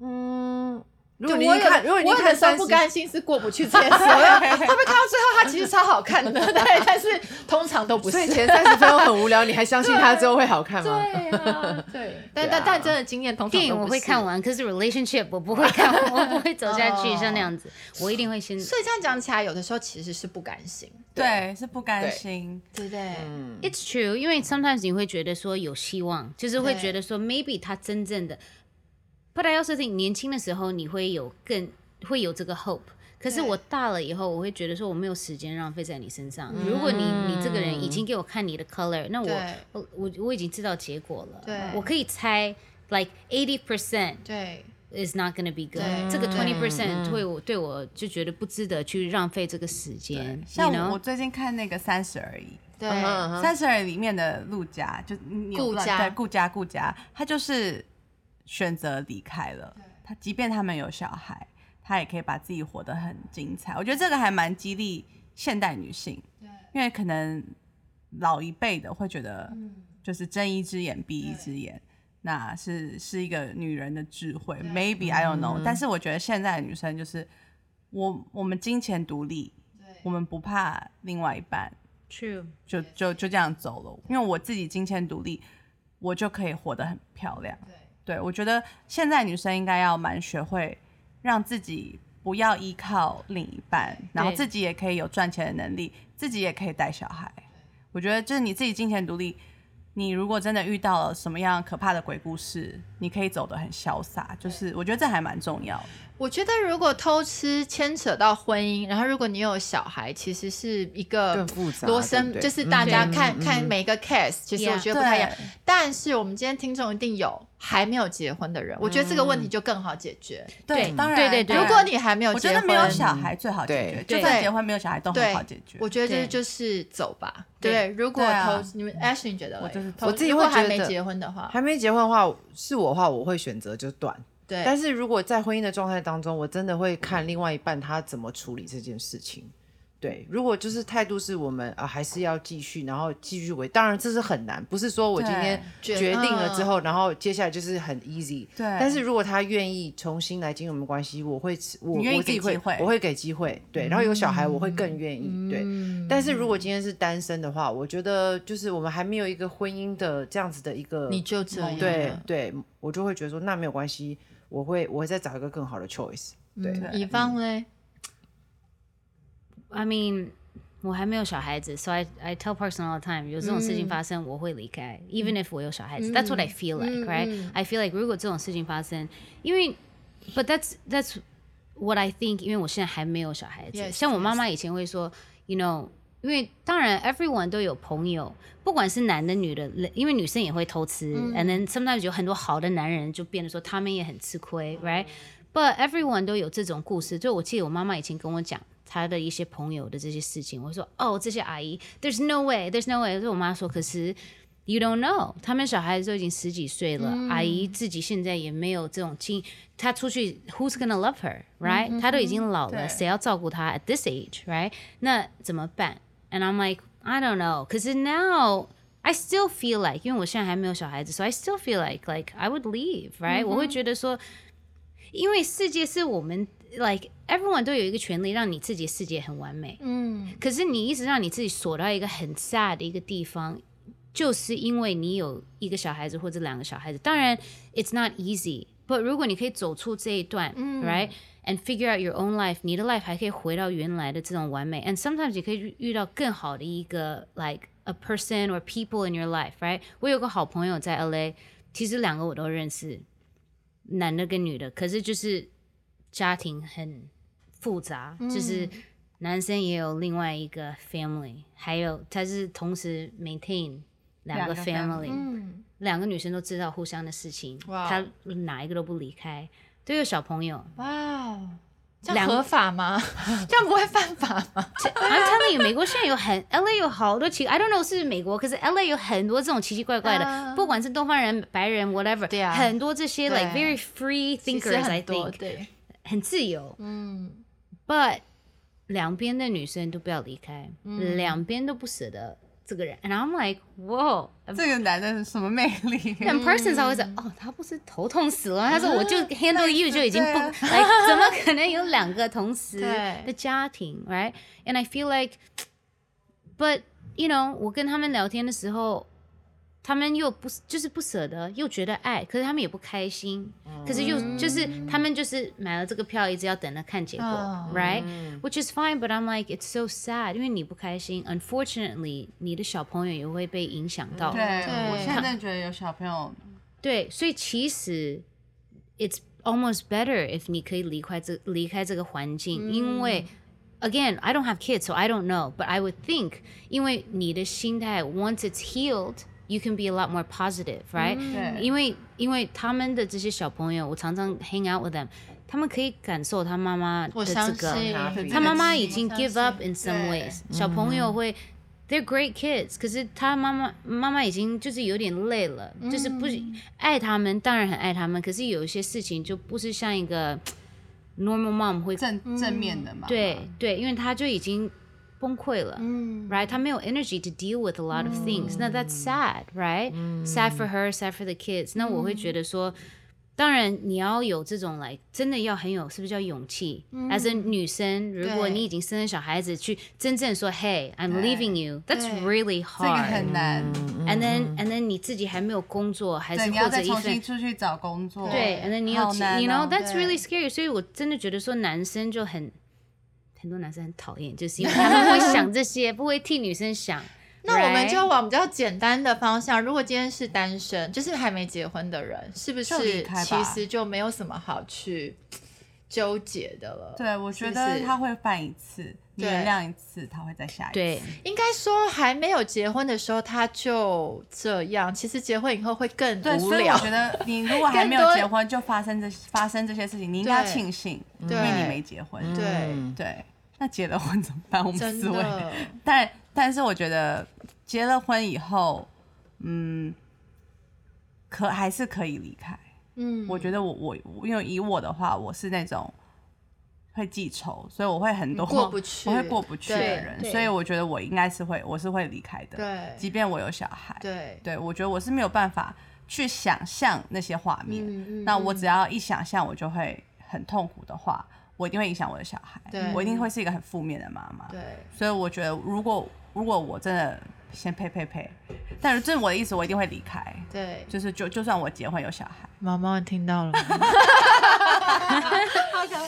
[SPEAKER 2] 嗯，如果
[SPEAKER 3] 对
[SPEAKER 2] 你
[SPEAKER 3] 我
[SPEAKER 2] 一
[SPEAKER 3] 有
[SPEAKER 2] 看，如果
[SPEAKER 3] 我
[SPEAKER 2] 你一
[SPEAKER 3] 有的
[SPEAKER 2] 看
[SPEAKER 3] 时候
[SPEAKER 2] 三
[SPEAKER 3] 不
[SPEAKER 2] 十，
[SPEAKER 3] 甘心是过不去这件事，我要会不会看到最后它其实超好看的？对，但是通常都 (laughs) 不是
[SPEAKER 2] 所。以前三十分钟很无聊，你还相信它之后会好看吗？
[SPEAKER 3] 对啊，
[SPEAKER 2] (laughs)
[SPEAKER 3] 对，
[SPEAKER 2] 对
[SPEAKER 3] 但
[SPEAKER 2] 啊
[SPEAKER 3] 但但真的经验通常
[SPEAKER 1] 电影
[SPEAKER 3] 都不
[SPEAKER 1] 我会
[SPEAKER 3] 是
[SPEAKER 1] 看。完，可是 relationship 我不会看 (laughs) 完，我不会走下去，
[SPEAKER 3] 哦
[SPEAKER 1] 像那样子，我一定会先。
[SPEAKER 3] 所以这样讲起来，有的时候其实是不甘心，
[SPEAKER 4] 对，是不甘
[SPEAKER 2] 对
[SPEAKER 4] 心。
[SPEAKER 3] 对不对？
[SPEAKER 2] 嗯，
[SPEAKER 1] It's true，因为 sometimes 你会觉得说有希望，就是会
[SPEAKER 3] 对
[SPEAKER 1] 觉得说 maybe 他真正的，but I also think 年轻的时候你会有更会有这个 hope。可是
[SPEAKER 3] 对
[SPEAKER 1] 我大了以后，我会觉得说我没有时间浪费在你身上。如果你你这个人已经给我看你的 color，那我
[SPEAKER 3] 嗯对
[SPEAKER 1] 我我我已经知道结果了，
[SPEAKER 3] 对
[SPEAKER 1] 我可以猜 like eighty percent
[SPEAKER 3] 对
[SPEAKER 1] is not gonna be good，
[SPEAKER 3] 对
[SPEAKER 1] 这个
[SPEAKER 3] 嗯
[SPEAKER 1] twenty percent 对我对我就觉得不值得去浪费这个时间。
[SPEAKER 4] 像
[SPEAKER 1] you know？
[SPEAKER 4] 我最近看那个《三十而已》，
[SPEAKER 3] 对
[SPEAKER 2] 嗯哼嗯哼
[SPEAKER 4] 三十人里面的陆家，就你有
[SPEAKER 3] 顾
[SPEAKER 4] 乱
[SPEAKER 3] 家
[SPEAKER 4] 对顾家顾家，他就是选择离开了。他即便他们有小孩，他也可以把自己活得很精彩。我觉得这个还蛮激励现代女性，因为可能老一辈的会觉得，就是睁一只眼闭一只眼。那是是一个女人的智慧，maybe I don't know、但是我觉得现在的女生就是，我我们金钱独立，我们不怕另外一半，
[SPEAKER 1] True，
[SPEAKER 4] 就就就这样走了。因为我自己金钱独立，我就可以活得很漂亮。对，我觉得现在女生应该要蛮学会让自己不要依靠另一半，然后自己也可以有赚钱的能力，自己也可以带小孩。我觉得就是你自己金钱独立，你如果真的遇到了什么样可怕的鬼故事，你可以走得很潇洒。就是我觉得这还蛮重要的。
[SPEAKER 3] 我觉得如果偷吃牵扯到婚姻，然后如果你有小孩，其实是一个
[SPEAKER 2] 更复杂，
[SPEAKER 3] 罗
[SPEAKER 2] 对
[SPEAKER 3] 生，
[SPEAKER 2] 不对
[SPEAKER 3] 就是大家
[SPEAKER 2] 嗯
[SPEAKER 3] 看
[SPEAKER 2] 嗯
[SPEAKER 3] 看
[SPEAKER 2] 嗯
[SPEAKER 3] 每一个 case，其实
[SPEAKER 1] Yeah
[SPEAKER 3] 我觉得不太一样
[SPEAKER 4] 对。
[SPEAKER 3] 但是我们今天听众一定有还没有结婚的人，我觉得这个
[SPEAKER 2] 嗯
[SPEAKER 3] 问题就更好解决。
[SPEAKER 1] 对
[SPEAKER 4] 当然，
[SPEAKER 1] 对对对
[SPEAKER 4] 当
[SPEAKER 3] 如
[SPEAKER 4] 然
[SPEAKER 3] 果你还没有
[SPEAKER 4] 我
[SPEAKER 3] 结
[SPEAKER 4] 觉
[SPEAKER 3] 婚，
[SPEAKER 4] 得没有小孩最好解决，
[SPEAKER 2] 对
[SPEAKER 4] 就算结婚没有小孩都很好解决。
[SPEAKER 3] 我觉得就是
[SPEAKER 1] 对
[SPEAKER 3] 就是走吧，
[SPEAKER 1] 对
[SPEAKER 3] 对。如果
[SPEAKER 4] 对啊
[SPEAKER 3] 投你们 Ash 你觉得嘞？
[SPEAKER 4] 我就是
[SPEAKER 3] 投
[SPEAKER 2] 我自己
[SPEAKER 3] 如果
[SPEAKER 2] 会觉
[SPEAKER 3] 还没
[SPEAKER 2] 得
[SPEAKER 3] 结婚的话，
[SPEAKER 2] 还没结婚的话，是我的话，我会选择就断。
[SPEAKER 3] 对，
[SPEAKER 2] 但是如果在婚姻的状态当中，我真的会看另外一半他怎么处理这件事情。对，如果就是态度是我们啊，还是要继续，然后继续维，当然这是很难，不是说我今天
[SPEAKER 3] 对
[SPEAKER 2] 决定了
[SPEAKER 3] 嗯
[SPEAKER 2] 之后，然后接下来就是很 easy。
[SPEAKER 4] 对
[SPEAKER 2] 但是如果他愿意重新来经营我们关系，我会我
[SPEAKER 4] 你愿意
[SPEAKER 2] 我自
[SPEAKER 4] 给
[SPEAKER 2] 己
[SPEAKER 4] 机
[SPEAKER 2] 会
[SPEAKER 4] 会嗯
[SPEAKER 2] 我会给机会，对。然后有小孩，我会更愿意，对。但是如果今天是单身的话，我觉得就是我们还没有一个婚姻的这样子的一个，
[SPEAKER 3] 你就这样啊了，
[SPEAKER 2] 对对，我就会觉得说那没有关系，我会我会再找一个更好的 choice。对，
[SPEAKER 3] 嗯以方嘞，
[SPEAKER 1] I mean，我还没有小孩子，so I I tell person all the time，有这种事情发生，我会离开、e v e n if 我有小孩子、t h a t s what I feel like，right？、I feel like 如果这种事情发生，因为，but that's that's what I think，因为我现在还没有小孩子
[SPEAKER 3] Yes,
[SPEAKER 1] 像我妈妈以前会说，you know。因为当然，everyone 都有朋友，不管是男的女的，因为女生也会偷吃、a
[SPEAKER 3] 嗯
[SPEAKER 1] n d then sometimes 有很多好的男人就变得说他们也很吃亏，right？But
[SPEAKER 3] 嗯
[SPEAKER 1] everyone 都有这种故事。就我记得我妈妈以前跟我讲她的一些朋友的这些事情，我说哦，这些阿姨，there's no way，there's no way。所以我妈说，可是 you don't know，他们小孩子都已经十几岁了，阿姨自己现在也没有这种经，她出去 who's gonna love her，right？、她都已经老了，
[SPEAKER 4] 对
[SPEAKER 1] 谁要照顾她 at this age，right？那怎么办？And I'm like I don't know，可是 now。I still feel like，因为我现在还没有小孩子，so I still feel like like I would leave，right？、我会觉得说，因为世界是我们，like everyone 都有一个权利让你自己世界很完美。
[SPEAKER 3] 嗯，
[SPEAKER 1] 可是你一直让你自己锁到一个很 sad 的一个地方，就是因为你有一个小孩子或者两个小孩子。当然，it's not easy。But 如果你可以走出这一段、r i g h t and figure out your own life，你的 life 还可以回到原来的这种完美。And sometimes 你可以遇遇到更好的一个 like a person or people in your life，right？我有个好朋友在 LA，其实两个我都认识，男的跟女的，可是就是家庭很复杂，就是男生也有另外一个 family，还有他是同时 maintain 两个
[SPEAKER 4] 两个 family
[SPEAKER 1] family，
[SPEAKER 3] 嗯
[SPEAKER 1] 两个女生都知道互相的事情，
[SPEAKER 3] 哇哦
[SPEAKER 1] 他哪一个都不离开，都有小朋友。
[SPEAKER 3] 哇哦，这样
[SPEAKER 1] 两
[SPEAKER 3] 合法吗？这样不会犯法吗？
[SPEAKER 1] (laughs) I'm telling you，美国啊现在有很 LA 有好多奇，I don't know 是不是美国，可是 LA 有很多这种奇奇怪怪的
[SPEAKER 3] 啊
[SPEAKER 1] 不管是东方人、白人 whatever，
[SPEAKER 3] 对啊
[SPEAKER 1] 很多这些 like
[SPEAKER 3] 对
[SPEAKER 1] very free
[SPEAKER 3] 其实
[SPEAKER 1] thinkers I
[SPEAKER 3] 很多
[SPEAKER 1] think
[SPEAKER 3] 对，
[SPEAKER 1] 很自由，
[SPEAKER 3] 嗯
[SPEAKER 1] But 两边的女生都不要离开，
[SPEAKER 3] 嗯
[SPEAKER 1] 两边都不舍得这个人。And I'm like, whoa.
[SPEAKER 4] 这个男的是什么魅力？
[SPEAKER 1] And persons always like, 哦，他不是头痛死了吗？他说
[SPEAKER 4] (laughs)
[SPEAKER 1] 我就 handle you 就已经不，
[SPEAKER 4] 对啊
[SPEAKER 1] like 怎
[SPEAKER 4] (laughs)
[SPEAKER 1] 么可能有两个同时
[SPEAKER 3] 对
[SPEAKER 1] 的家庭，right? And I feel like, but you know，我跟他们聊天的时候，他们又不就是不舍得，又觉得爱，可是他们也不开心，可是又
[SPEAKER 4] 嗯
[SPEAKER 1] 就是他们就是买了这个票，一直要等着看结果、
[SPEAKER 3] 哦
[SPEAKER 1] r i g h t which is fine, but I'm like, it's so sad，因为你不开心，unfortunately，你的小朋友也会被影响到。
[SPEAKER 4] 对，
[SPEAKER 3] 对
[SPEAKER 4] 我现在真的觉得有小朋友，
[SPEAKER 1] 对，所以其实 it's almost better if 你可以离开这离开这个环境，因为 again I don't have kids, so I don't know, but I would think 因为你的心态 once it's healed。You can be a lot more positive, right？、(laughs)
[SPEAKER 3] 嗯 Mm.
[SPEAKER 4] 对
[SPEAKER 1] 因为因为他们的这些小朋友，我常常 hang out with them，他们可以感受他妈妈的
[SPEAKER 3] 我
[SPEAKER 1] 这
[SPEAKER 3] 相
[SPEAKER 1] 个
[SPEAKER 3] 信
[SPEAKER 2] 他
[SPEAKER 1] 他妈妈
[SPEAKER 4] 这个
[SPEAKER 1] 已经
[SPEAKER 3] 我相信
[SPEAKER 1] give up in some
[SPEAKER 4] 对
[SPEAKER 1] ways，小朋友会。They're great kids，可是他妈妈妈妈已经就是有点累了，就是不爱他们，当然很爱他们，可是有一些事情就不是像一个 normal mom 会
[SPEAKER 3] 嗯
[SPEAKER 4] 正正面的嘛，
[SPEAKER 1] 对对，因为他就已经崩溃了、
[SPEAKER 3] 嗯
[SPEAKER 1] r i g h t 他没有 energy to deal with a lot of things，、那 that's
[SPEAKER 4] Mm.
[SPEAKER 1] sad，right？sad、for her，sad for the kids。那我会觉得说。当然，你要有这种来，真的要很有，是不是叫勇气、a
[SPEAKER 4] Mm.
[SPEAKER 1] s a 女生，如果
[SPEAKER 3] 对
[SPEAKER 1] 你已经生了小孩子，去真正说，Hey，I'm
[SPEAKER 4] 对
[SPEAKER 1] leaving you，that's
[SPEAKER 3] 对
[SPEAKER 1] really
[SPEAKER 4] 这个
[SPEAKER 1] hard。
[SPEAKER 3] 嗯
[SPEAKER 4] 很难，
[SPEAKER 1] 嗯
[SPEAKER 4] Mm.
[SPEAKER 1] and then and then 你自己还没有工作，还
[SPEAKER 4] 对，
[SPEAKER 1] 是
[SPEAKER 4] 你
[SPEAKER 1] 或
[SPEAKER 4] 要
[SPEAKER 1] 者
[SPEAKER 4] 再
[SPEAKER 1] 一
[SPEAKER 4] 重
[SPEAKER 1] 份
[SPEAKER 4] 新出去找工作，
[SPEAKER 1] 对，and then 你有
[SPEAKER 4] 好
[SPEAKER 1] 其
[SPEAKER 4] 难
[SPEAKER 1] ，you know
[SPEAKER 4] 哦
[SPEAKER 1] that's
[SPEAKER 3] 对
[SPEAKER 1] really scary。所以我真的觉得说男生就很很多男生很讨厌，就是因为他们会想这些，不会替女生想。
[SPEAKER 3] 那我们
[SPEAKER 1] right？
[SPEAKER 3] 就往比较简单的方向。如果今天是单身，就是还没结婚的人，是不
[SPEAKER 4] 就离
[SPEAKER 3] 是
[SPEAKER 4] 开吧
[SPEAKER 3] 其实就没有什么好去纠结的了？
[SPEAKER 4] 对，我觉
[SPEAKER 3] 是不
[SPEAKER 4] 得
[SPEAKER 3] 是
[SPEAKER 4] 他会犯一次，你
[SPEAKER 3] 对
[SPEAKER 4] 原谅一次，他会再下一次。
[SPEAKER 1] 对，
[SPEAKER 3] 应该说还没有结婚的时候他就这样，其实结婚以后会更
[SPEAKER 4] 对，
[SPEAKER 3] 无
[SPEAKER 4] 所以
[SPEAKER 3] 聊
[SPEAKER 4] 我。觉得你
[SPEAKER 3] (laughs)
[SPEAKER 4] 如果还没有结婚就发生这发生这些事情，你应该要
[SPEAKER 3] 对
[SPEAKER 4] 庆幸，因
[SPEAKER 3] 对
[SPEAKER 4] 为你没结婚。
[SPEAKER 3] 对，
[SPEAKER 1] 嗯
[SPEAKER 4] 对，那结了婚怎么办？我们
[SPEAKER 3] 真
[SPEAKER 4] 思维。
[SPEAKER 3] 的，
[SPEAKER 4] 但但是我觉得结了婚以后，嗯，可还是可以离开。
[SPEAKER 3] 嗯，
[SPEAKER 4] 我觉得我我我因为以我的话，我是那种。会记仇，所以我会很多
[SPEAKER 3] 你
[SPEAKER 4] (laughs)
[SPEAKER 3] 过不去
[SPEAKER 4] 我会过不去的
[SPEAKER 3] 对
[SPEAKER 4] 人，
[SPEAKER 1] 对
[SPEAKER 4] 所以我觉得我应该是会，我是会离开的。
[SPEAKER 3] 对
[SPEAKER 4] 即便我有小孩，
[SPEAKER 3] 对
[SPEAKER 4] 对我觉得我是没有办法去想象那些画面。
[SPEAKER 3] 嗯嗯
[SPEAKER 4] 那我只要一想象，我就会很痛苦的话，我一定会影响我的小孩
[SPEAKER 3] 对，
[SPEAKER 4] 我一定会是一个很负面的妈妈。
[SPEAKER 3] 对
[SPEAKER 4] 所以我觉得，如果如果我真的先呸呸呸，但是这是我的意思，我一定会离开。
[SPEAKER 3] 对，
[SPEAKER 4] 就是就就算我结婚有小孩，
[SPEAKER 5] 毛毛，你听到
[SPEAKER 3] (laughs)
[SPEAKER 5] 了吗？
[SPEAKER 4] 对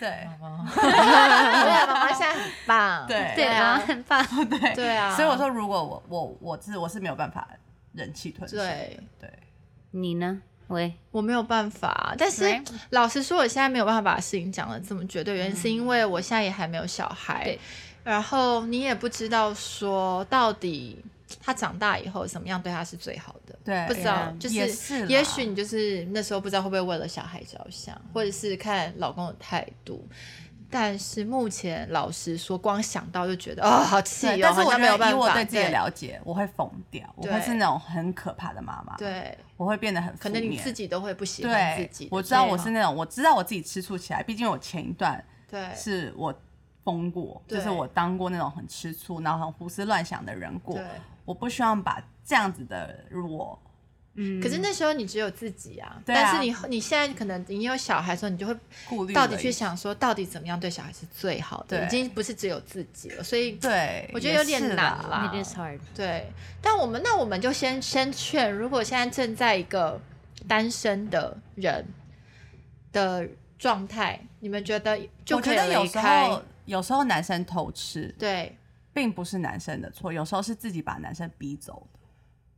[SPEAKER 3] (laughs) 对，妈妈现在很棒，
[SPEAKER 4] 对
[SPEAKER 1] 对啊，很棒。
[SPEAKER 4] 对
[SPEAKER 3] 对啊
[SPEAKER 4] 所以我说，如果我我我是我是没有办法忍气吞声的。
[SPEAKER 3] 对
[SPEAKER 4] 对
[SPEAKER 1] (laughs) 你呢？喂，
[SPEAKER 3] 我没有办法，但是
[SPEAKER 1] Right
[SPEAKER 3] 老实说，我现在没有办法把事情讲的这么绝对，原因是因为
[SPEAKER 4] 嗯
[SPEAKER 3] 我现在也还没有小孩
[SPEAKER 1] 对，
[SPEAKER 3] 然后你也不知道说到底他长大以后怎么样对他是最好的，
[SPEAKER 4] 对
[SPEAKER 3] 不知道
[SPEAKER 4] 嗯，
[SPEAKER 3] 就
[SPEAKER 4] 也是啦
[SPEAKER 3] 也许你就是那时候不知道会不会为了小孩着想，或者是看老公的态度。但是目前老实说，光想到就觉得哦，好气哦
[SPEAKER 4] 对，，但是
[SPEAKER 3] 好
[SPEAKER 4] 我
[SPEAKER 3] 像没有
[SPEAKER 4] 觉得
[SPEAKER 3] 办
[SPEAKER 4] 以
[SPEAKER 3] 法。
[SPEAKER 4] 我对自己的
[SPEAKER 3] 对
[SPEAKER 4] 了解，我会疯掉，我会
[SPEAKER 3] 对
[SPEAKER 4] 是那种很可怕的妈妈，，
[SPEAKER 3] 对，
[SPEAKER 4] 我会变得很负
[SPEAKER 3] 可能你
[SPEAKER 4] 面
[SPEAKER 3] 自己都会不喜欢自
[SPEAKER 4] 对
[SPEAKER 3] 己的地方。
[SPEAKER 4] 我知道我是那种，我知道我自己吃醋起来，毕竟我前一段
[SPEAKER 3] 对
[SPEAKER 4] 是我疯过，
[SPEAKER 3] 哎对
[SPEAKER 4] 就是我当过那种很吃醋，然后很胡思乱想的人过
[SPEAKER 3] 对，。
[SPEAKER 4] 我不希望把这样子的我，
[SPEAKER 3] 可是那时候你只有自己啊，
[SPEAKER 4] 嗯对啊
[SPEAKER 3] 但是你你现在可能你有小孩的时候，你就会
[SPEAKER 4] 顾虑
[SPEAKER 3] 到
[SPEAKER 4] 了
[SPEAKER 3] 底去想说，到底怎么样对小孩是最好的，
[SPEAKER 4] 对
[SPEAKER 3] 已经不是只有自己了，所以
[SPEAKER 4] 对，
[SPEAKER 3] 我觉得有
[SPEAKER 4] 也
[SPEAKER 3] 点
[SPEAKER 4] 是
[SPEAKER 3] 难
[SPEAKER 4] 啦。
[SPEAKER 3] 啦
[SPEAKER 1] It。is hard。
[SPEAKER 3] 对，但我们那我们就先先劝，如果现在正在一个单身的人的状态，你们觉得就
[SPEAKER 4] 我
[SPEAKER 3] 可
[SPEAKER 4] 觉
[SPEAKER 3] 以
[SPEAKER 4] 得有
[SPEAKER 3] 离
[SPEAKER 4] 时
[SPEAKER 3] 开
[SPEAKER 4] 候，，有时候男生偷吃，
[SPEAKER 3] 对，
[SPEAKER 4] 并不是男生的错，有时候是自己把男生逼走的。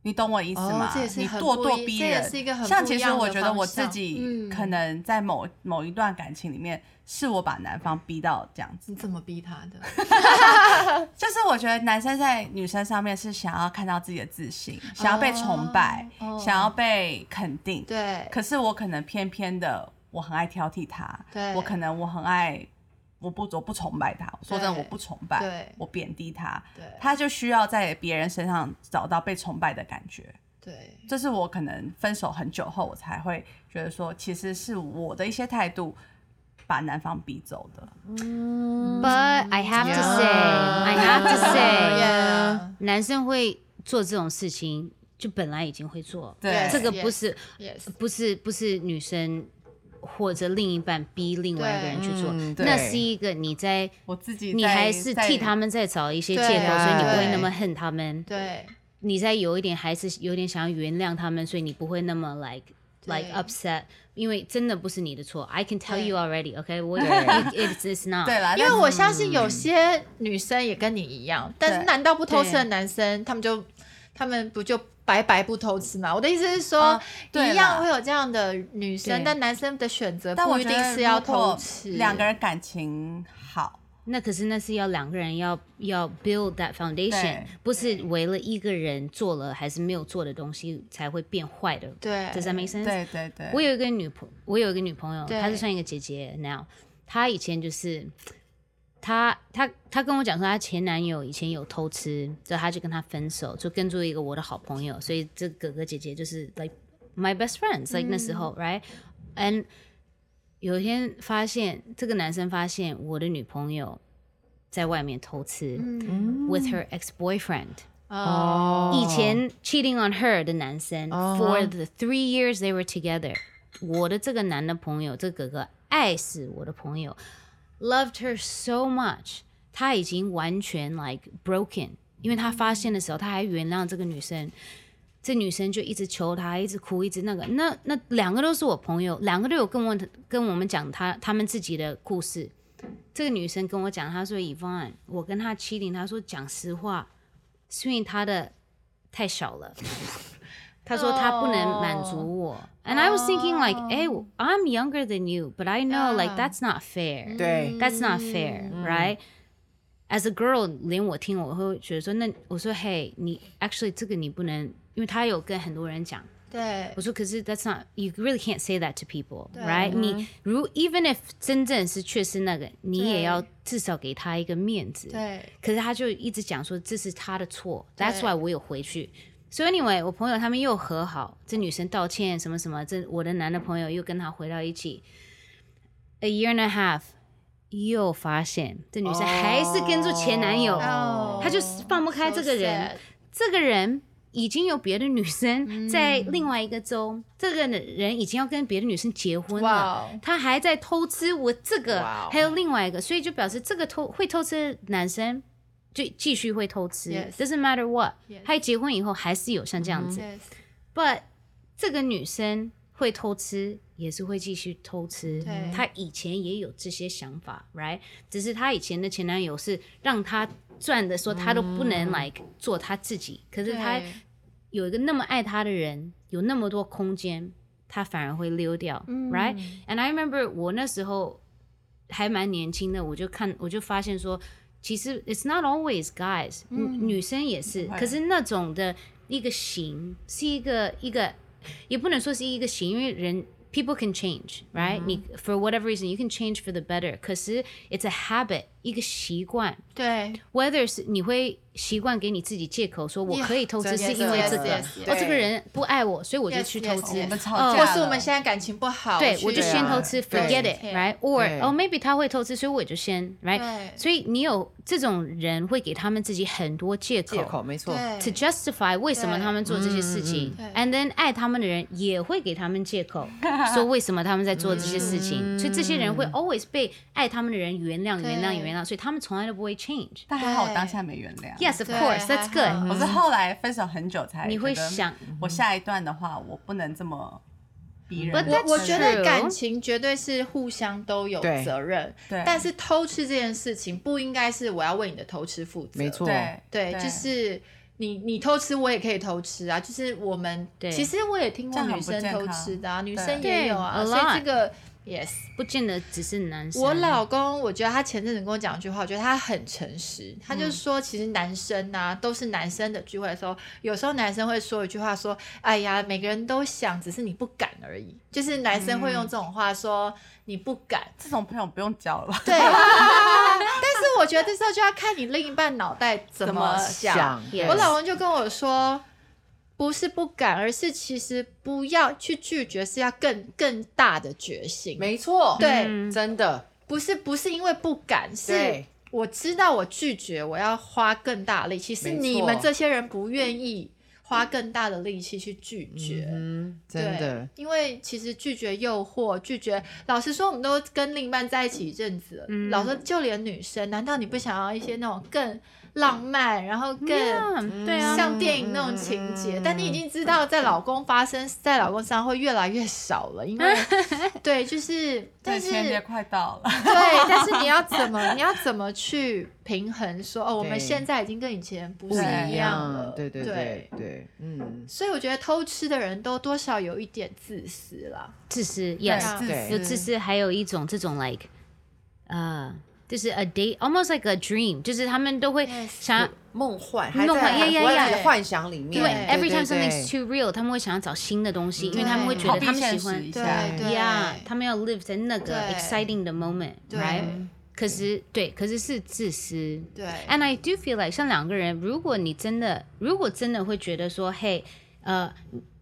[SPEAKER 4] 你懂我意思吗？
[SPEAKER 3] 哦这也是
[SPEAKER 4] 你
[SPEAKER 3] 很
[SPEAKER 4] 咄
[SPEAKER 3] 不
[SPEAKER 4] 咄
[SPEAKER 3] 一
[SPEAKER 4] 逼
[SPEAKER 3] 这也
[SPEAKER 4] 人，
[SPEAKER 3] 是一个很
[SPEAKER 4] 像
[SPEAKER 3] 不
[SPEAKER 4] 其
[SPEAKER 3] 一
[SPEAKER 4] 实
[SPEAKER 3] 样
[SPEAKER 4] 我
[SPEAKER 3] 的
[SPEAKER 4] 觉得
[SPEAKER 3] 方
[SPEAKER 4] 我自
[SPEAKER 3] 向
[SPEAKER 4] 己
[SPEAKER 3] 嗯
[SPEAKER 4] 可能在某、某一段感情里面，是我把男方逼到这样子。
[SPEAKER 3] 你怎么逼他的？
[SPEAKER 4] 就是我觉得男生在女生上面是想要看到自己的自信，想要被崇拜，
[SPEAKER 3] 哦
[SPEAKER 4] 想要被肯定。
[SPEAKER 3] 对，
[SPEAKER 4] 可是我可能偏偏的，我很爱挑剔他，
[SPEAKER 3] 对
[SPEAKER 4] 我可能我很爱，我不我不崇拜他。说真的，
[SPEAKER 3] 对
[SPEAKER 4] 我不崇拜
[SPEAKER 3] 对，
[SPEAKER 4] 我贬低他，
[SPEAKER 3] 对
[SPEAKER 4] 他就需要在别人身上找到被崇拜的感觉。
[SPEAKER 3] 对
[SPEAKER 4] 这是我可能分手很久后，我才会觉得说，其实是我的一些态度把男方逼走的。
[SPEAKER 1] But I have to
[SPEAKER 2] Yeah.
[SPEAKER 1] say, I have to say，
[SPEAKER 3] Yeah
[SPEAKER 1] 男生会做这种事情，就本来已经会做。
[SPEAKER 4] (laughs) 对
[SPEAKER 1] 这个不是
[SPEAKER 3] yes，
[SPEAKER 1] 不是不是女生或者另一半逼另外一个人去做，
[SPEAKER 2] 嗯对
[SPEAKER 1] 那是一个你在
[SPEAKER 4] 我自己
[SPEAKER 1] 你
[SPEAKER 4] 在
[SPEAKER 1] 还是替他。们再找一些借
[SPEAKER 3] 对
[SPEAKER 1] 口，
[SPEAKER 3] 啊
[SPEAKER 1] 所以你不会那么恨他们。
[SPEAKER 3] 对
[SPEAKER 1] 你在有一点还是有点想要原谅他们，所以你不会那么 like。
[SPEAKER 3] 对
[SPEAKER 1] Like upset，因为真的不是你的错。I can tell
[SPEAKER 3] 对
[SPEAKER 1] you already, OK？我
[SPEAKER 2] 对
[SPEAKER 1] it, it's it's not。
[SPEAKER 4] 在对啦，
[SPEAKER 3] 因为
[SPEAKER 4] 但
[SPEAKER 3] 我相信有些女生也跟你一样，但是难道不偷吃的男生，他们就他们不就白白不偷吃吗？我的意思是说
[SPEAKER 4] 啊，对啦
[SPEAKER 3] 一样会有这样的女生，
[SPEAKER 1] 哦对
[SPEAKER 3] 但男生的选择
[SPEAKER 4] 但
[SPEAKER 3] 不
[SPEAKER 4] 我
[SPEAKER 3] 一
[SPEAKER 4] 觉
[SPEAKER 3] 定
[SPEAKER 4] 得
[SPEAKER 3] 是要
[SPEAKER 4] 如果
[SPEAKER 3] 偷吃。
[SPEAKER 4] 两个人感情好，
[SPEAKER 1] 那可是那是要两个人要要 build that foundation，
[SPEAKER 4] 对
[SPEAKER 1] 不是为了一个人做了还是没有做的东西才会变坏的。
[SPEAKER 3] 对，
[SPEAKER 1] Does that make sense？
[SPEAKER 4] 对对对，
[SPEAKER 1] 我有一个女朋，我有一个女朋友，
[SPEAKER 3] 对
[SPEAKER 1] 她是算一个姐姐 now。她以前就是，她她她跟我讲说，她前男友以前有偷吃，所以她就跟他分手，就跟着一个我的好朋友，所以这哥哥姐姐就是 like my best friends like、那时候
[SPEAKER 3] 嗯
[SPEAKER 1] right，and 有一天发现这个男生发现我的女朋友在外面偷吃、
[SPEAKER 3] 嗯
[SPEAKER 1] with her ex boyfriend。
[SPEAKER 3] 哦，
[SPEAKER 1] 以前 cheating on her 的男生、for the three years they were together，我的这个男的朋友，这个哥哥爱死我的朋友，loved her so much，他已经完全 like broken，因为他发现的时候，他还原谅这个女生。这女生就一直求他，一直哭，一直那个，那那两个都是我朋友，两个都有跟我跟我们讲他他们自己的故事。这个女生跟我讲，她说：“以方案，我跟他欺凌，她说讲实话，是因为他的太少了。 (laughs) 他说他不能满足我、a n d I was thinking like, hey, I'm younger than you, but I know like that's not fair.
[SPEAKER 3] 嗯
[SPEAKER 2] 对
[SPEAKER 1] That's not fair, right? As a girl，连我听我会觉得说，那我说，hey，你 actually 这个你不能，因为他有跟很多人讲，
[SPEAKER 3] 对
[SPEAKER 1] 我说可是 that's not you really can't say that to people, right？、你如 even if 真正是确实那个，你也要至少给他一个面子，
[SPEAKER 3] 对
[SPEAKER 1] 可是他就一直讲说这是他的错，That's why 我有回去。所以 anyway，我朋友他们又和好，这女生道歉什么什么，这我的男的朋友又跟他回到一起。A year and a half，又发现这女生还是跟着前男友，
[SPEAKER 3] Oh
[SPEAKER 2] 哦
[SPEAKER 1] 她就是放不开这个人
[SPEAKER 3] so sad
[SPEAKER 1] 这个人已经有别的女
[SPEAKER 3] 嗯
[SPEAKER 1] 生在另外一个州，这个人已经要跟别的女生结婚了。
[SPEAKER 3] 哇哦
[SPEAKER 1] 他还在偷吃我这个
[SPEAKER 2] 哇哦
[SPEAKER 1] 还有另外一个，所以就表示这个偷会偷吃的男生就继续会偷吃
[SPEAKER 3] Yes 嗯
[SPEAKER 1] doesn't matter what，
[SPEAKER 3] Yes
[SPEAKER 1] 他结婚以后还是有像这样子。
[SPEAKER 3] Yes
[SPEAKER 1] But 这个女生会偷吃，也是会继续偷吃
[SPEAKER 3] 对。
[SPEAKER 1] 她以前也有这些想法，right？只是她以前的前男友是让她赚的，说她都不能 like 做她自己。可是她
[SPEAKER 3] 嗯对
[SPEAKER 1] 有一个那么爱她的人，有那么多空间，她反而会溜掉、r i g h t And I remember 我那时候还蛮年轻的，我就看我就发现说，其实 it's not always guys，、女女生也是，
[SPEAKER 4] 会
[SPEAKER 1] 可是那种的一个型是一个一个，也不能说是一个型，因为人 people can change，right？、你 for whatever reason you can change for the better，可是 it's a habit，一个习惯。
[SPEAKER 3] 对
[SPEAKER 1] whether 是你会习惯给你自己借口，说我
[SPEAKER 3] Yeah，
[SPEAKER 1] 可以偷吃
[SPEAKER 2] 真
[SPEAKER 1] 是
[SPEAKER 2] 的
[SPEAKER 1] 因为这个，
[SPEAKER 3] Yes, yes, yes
[SPEAKER 1] 哦，这个人不爱我，所以我就
[SPEAKER 3] Yes,
[SPEAKER 1] 去偷
[SPEAKER 3] yes,
[SPEAKER 1] 吃
[SPEAKER 3] yes
[SPEAKER 4] 我们吵
[SPEAKER 1] 哦
[SPEAKER 4] 架
[SPEAKER 3] 或
[SPEAKER 4] 了，
[SPEAKER 3] 是我们现在感情不好，
[SPEAKER 1] 对
[SPEAKER 3] 去
[SPEAKER 1] 我就
[SPEAKER 2] 对啊
[SPEAKER 1] 先偷吃
[SPEAKER 2] 对
[SPEAKER 1] ，forget
[SPEAKER 3] 对
[SPEAKER 1] it，right？Or
[SPEAKER 2] 对
[SPEAKER 1] 哦，maybe 他会偷吃，所以我就先
[SPEAKER 3] 对
[SPEAKER 1] right。所以你有这种人会给他们自己很多借口
[SPEAKER 2] 借口没错，
[SPEAKER 3] 对
[SPEAKER 1] to justify 为什么他们做这些事情
[SPEAKER 3] 嗯嗯
[SPEAKER 1] ，and then 爱他们的人也会给他们借口，说为什么他们在做这些事情，所以这些人会 always 被爱他们的人原谅、原谅、
[SPEAKER 3] 对
[SPEAKER 1] 原谅，所以他们从来都不会 change。
[SPEAKER 4] 但还好我
[SPEAKER 3] 对
[SPEAKER 4] 当下没原谅。
[SPEAKER 1] Yes, of
[SPEAKER 3] 对
[SPEAKER 1] course, that's
[SPEAKER 3] 还好
[SPEAKER 1] good.
[SPEAKER 4] 我是后来分手很久才
[SPEAKER 1] 你会
[SPEAKER 4] 觉得
[SPEAKER 1] 想，
[SPEAKER 4] 我下一段的话，我不能这么逼人。
[SPEAKER 1] But
[SPEAKER 3] 我
[SPEAKER 1] that's
[SPEAKER 3] 我觉得
[SPEAKER 1] true
[SPEAKER 3] 感情绝对是互相都有
[SPEAKER 2] 对
[SPEAKER 3] 责任，
[SPEAKER 4] 对
[SPEAKER 3] 但是偷吃这件事情不应该是我要为你的偷吃负责，
[SPEAKER 2] 没错，
[SPEAKER 4] 对
[SPEAKER 3] 对，呃就是你你偷吃，我也可以偷吃啊。就是我们，
[SPEAKER 1] 对
[SPEAKER 3] 其实我也听过
[SPEAKER 4] 这样很
[SPEAKER 3] 女
[SPEAKER 4] 不
[SPEAKER 3] 生
[SPEAKER 4] 健
[SPEAKER 3] 偷
[SPEAKER 4] 康
[SPEAKER 3] 吃的啊，女
[SPEAKER 4] 对
[SPEAKER 3] 生也有啊，
[SPEAKER 1] 对
[SPEAKER 3] 所以
[SPEAKER 1] a
[SPEAKER 3] 这个 yes。
[SPEAKER 1] 不见得只是男生。
[SPEAKER 3] 我老公，我觉得他前阵子跟我讲一句话，我觉得他很诚实。他就说，其实男生呐、都是男生的聚会的时候，有时候男生会说一句话，说：“哎呀，每个人都想，只是你不敢而已。”就是男生会用这种话说：“你不敢。”
[SPEAKER 4] 这种朋友不用交了
[SPEAKER 3] (laughs)
[SPEAKER 4] 吧？
[SPEAKER 3] 对，但是我觉得这时候就要看你另一半脑袋怎
[SPEAKER 4] 怎
[SPEAKER 3] 么
[SPEAKER 4] 么
[SPEAKER 3] 想。
[SPEAKER 1] Yes
[SPEAKER 3] 我老公就跟我说，不是不敢，而是其实不要去拒绝，是要更更大的决心。
[SPEAKER 2] 没错，
[SPEAKER 3] 对，
[SPEAKER 1] 嗯
[SPEAKER 2] 真的，
[SPEAKER 3] 不是不是因为不敢，是
[SPEAKER 2] 对
[SPEAKER 3] 我知道我拒绝，我要花更大的力气。是
[SPEAKER 2] 没错
[SPEAKER 3] 你们这些人不愿意花更大的力气去拒绝。
[SPEAKER 2] 嗯，
[SPEAKER 3] 对，
[SPEAKER 2] 真的，
[SPEAKER 3] 因为其实拒绝诱惑，拒绝，老实说，我们都跟另一半在一起一阵子了，
[SPEAKER 1] 嗯
[SPEAKER 3] 老实说，就连女生，难道你不想要一些那种更浪漫，然后更
[SPEAKER 2] 嗯
[SPEAKER 3] 嗯
[SPEAKER 1] Yeah，对啊，
[SPEAKER 3] 像电影那种情节？但你已经知道，在老公发生在老公身上会越来越少
[SPEAKER 2] (laughs)
[SPEAKER 3] 了，因为对，就是，但是
[SPEAKER 4] 情人节快到了，
[SPEAKER 3] 对，但是你要怎么，你要怎么去平衡说？哦，我们
[SPEAKER 2] 对
[SPEAKER 3] 现在已经跟以前不
[SPEAKER 2] 不
[SPEAKER 3] 是
[SPEAKER 2] 一
[SPEAKER 3] 样了，
[SPEAKER 2] 对对
[SPEAKER 3] 对
[SPEAKER 2] 对。对，嗯，
[SPEAKER 3] 所以我觉得偷吃的人都多少有一点自私啦。
[SPEAKER 1] 自私
[SPEAKER 4] 对
[SPEAKER 1] ，yes，
[SPEAKER 3] 啊
[SPEAKER 2] 对
[SPEAKER 1] 有自。私，还有一种这种 like，呃，就是 a day almost like a dream，就是他们都会
[SPEAKER 3] Yes
[SPEAKER 1] 想。
[SPEAKER 2] 梦幻，
[SPEAKER 1] 嗯
[SPEAKER 2] 还
[SPEAKER 1] 梦幻
[SPEAKER 2] 在还
[SPEAKER 1] yeah, yeah,
[SPEAKER 2] 活在自己
[SPEAKER 3] yeah
[SPEAKER 2] 的幻想里面，
[SPEAKER 1] 因为 every
[SPEAKER 2] 对对
[SPEAKER 1] time
[SPEAKER 2] 对
[SPEAKER 1] something's too real，他们会想要找新的东西，因为他们会觉
[SPEAKER 4] 逃
[SPEAKER 1] 得
[SPEAKER 4] 避
[SPEAKER 1] 他们
[SPEAKER 4] 现
[SPEAKER 1] 喜
[SPEAKER 4] 实
[SPEAKER 1] 欢
[SPEAKER 4] 一下嗯
[SPEAKER 3] 对对
[SPEAKER 1] ，yeah，他们要 live 在那个
[SPEAKER 3] 对
[SPEAKER 1] exciting 的
[SPEAKER 3] 对
[SPEAKER 1] moment，right？可是对，可是是自私，
[SPEAKER 3] 对
[SPEAKER 1] And I do feel like 像两个人，如果你真的，如果真的会觉得说，嘿，呃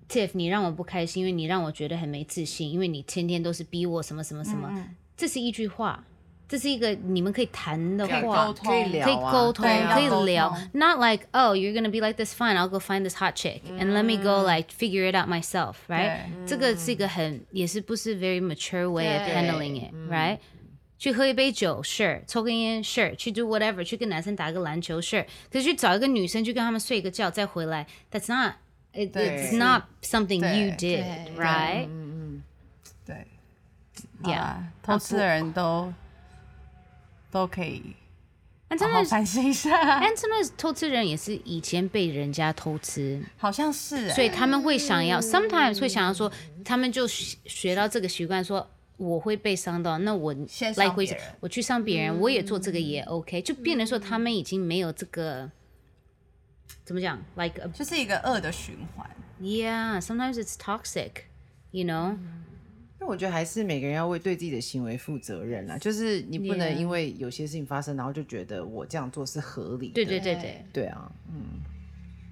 [SPEAKER 1] ，Tiff，你让我不开心，因为你让我觉得很没自信，因为你天天都是逼我什么什么什么，
[SPEAKER 4] 嗯
[SPEAKER 1] 这是一句话，这是一个你们可以谈的
[SPEAKER 4] 可以
[SPEAKER 1] 话
[SPEAKER 4] 沟。通
[SPEAKER 2] 可以聊
[SPEAKER 1] 可以
[SPEAKER 2] 啊
[SPEAKER 1] 沟通，
[SPEAKER 4] 对
[SPEAKER 1] 可
[SPEAKER 4] 要沟
[SPEAKER 1] 以聊
[SPEAKER 4] 通
[SPEAKER 1] ，not like oh you're gonna be like this fine I'll go find this hot chick and let me go like figure it out myself right 这个是一个很也是不是 very mature way of
[SPEAKER 3] 对
[SPEAKER 1] handling it right 去喝一杯酒，sure，抽根烟，sure，去 do whatever，去跟男生打个篮球，sure，可是去找一个女生去跟他们睡个觉再回来，that's not it,
[SPEAKER 4] 对
[SPEAKER 1] it's not something
[SPEAKER 4] 对
[SPEAKER 1] you
[SPEAKER 3] 对
[SPEAKER 1] did
[SPEAKER 2] 嗯
[SPEAKER 1] right
[SPEAKER 4] 对，
[SPEAKER 1] Yeah
[SPEAKER 4] 呀，偷吃的人都都可以
[SPEAKER 1] and
[SPEAKER 4] 好好
[SPEAKER 1] sometimes
[SPEAKER 4] 反省一下，
[SPEAKER 1] and sometimes 偷吃人也是以前被人家偷吃，
[SPEAKER 4] 好像是欸。
[SPEAKER 1] 所以他们会想要，sometimes 会想要说，他们就学学到这个习惯，说我会被伤到，那我
[SPEAKER 4] 先伤
[SPEAKER 1] like 会
[SPEAKER 4] 别人
[SPEAKER 1] 我去伤别人，我也做这个也 OK，就变得说他们已经没有这个怎么讲，like a
[SPEAKER 4] 就是一个恶的循环。
[SPEAKER 1] Yeah, sometimes it's toxic, you know?
[SPEAKER 2] 因为我觉得还是每个人要为对自己的行为负责任啦，就是你不
[SPEAKER 1] Yeah
[SPEAKER 2] 能因为有些事情发生，然后就觉得我这样做是合理的。
[SPEAKER 1] 对对对对
[SPEAKER 2] 对啊，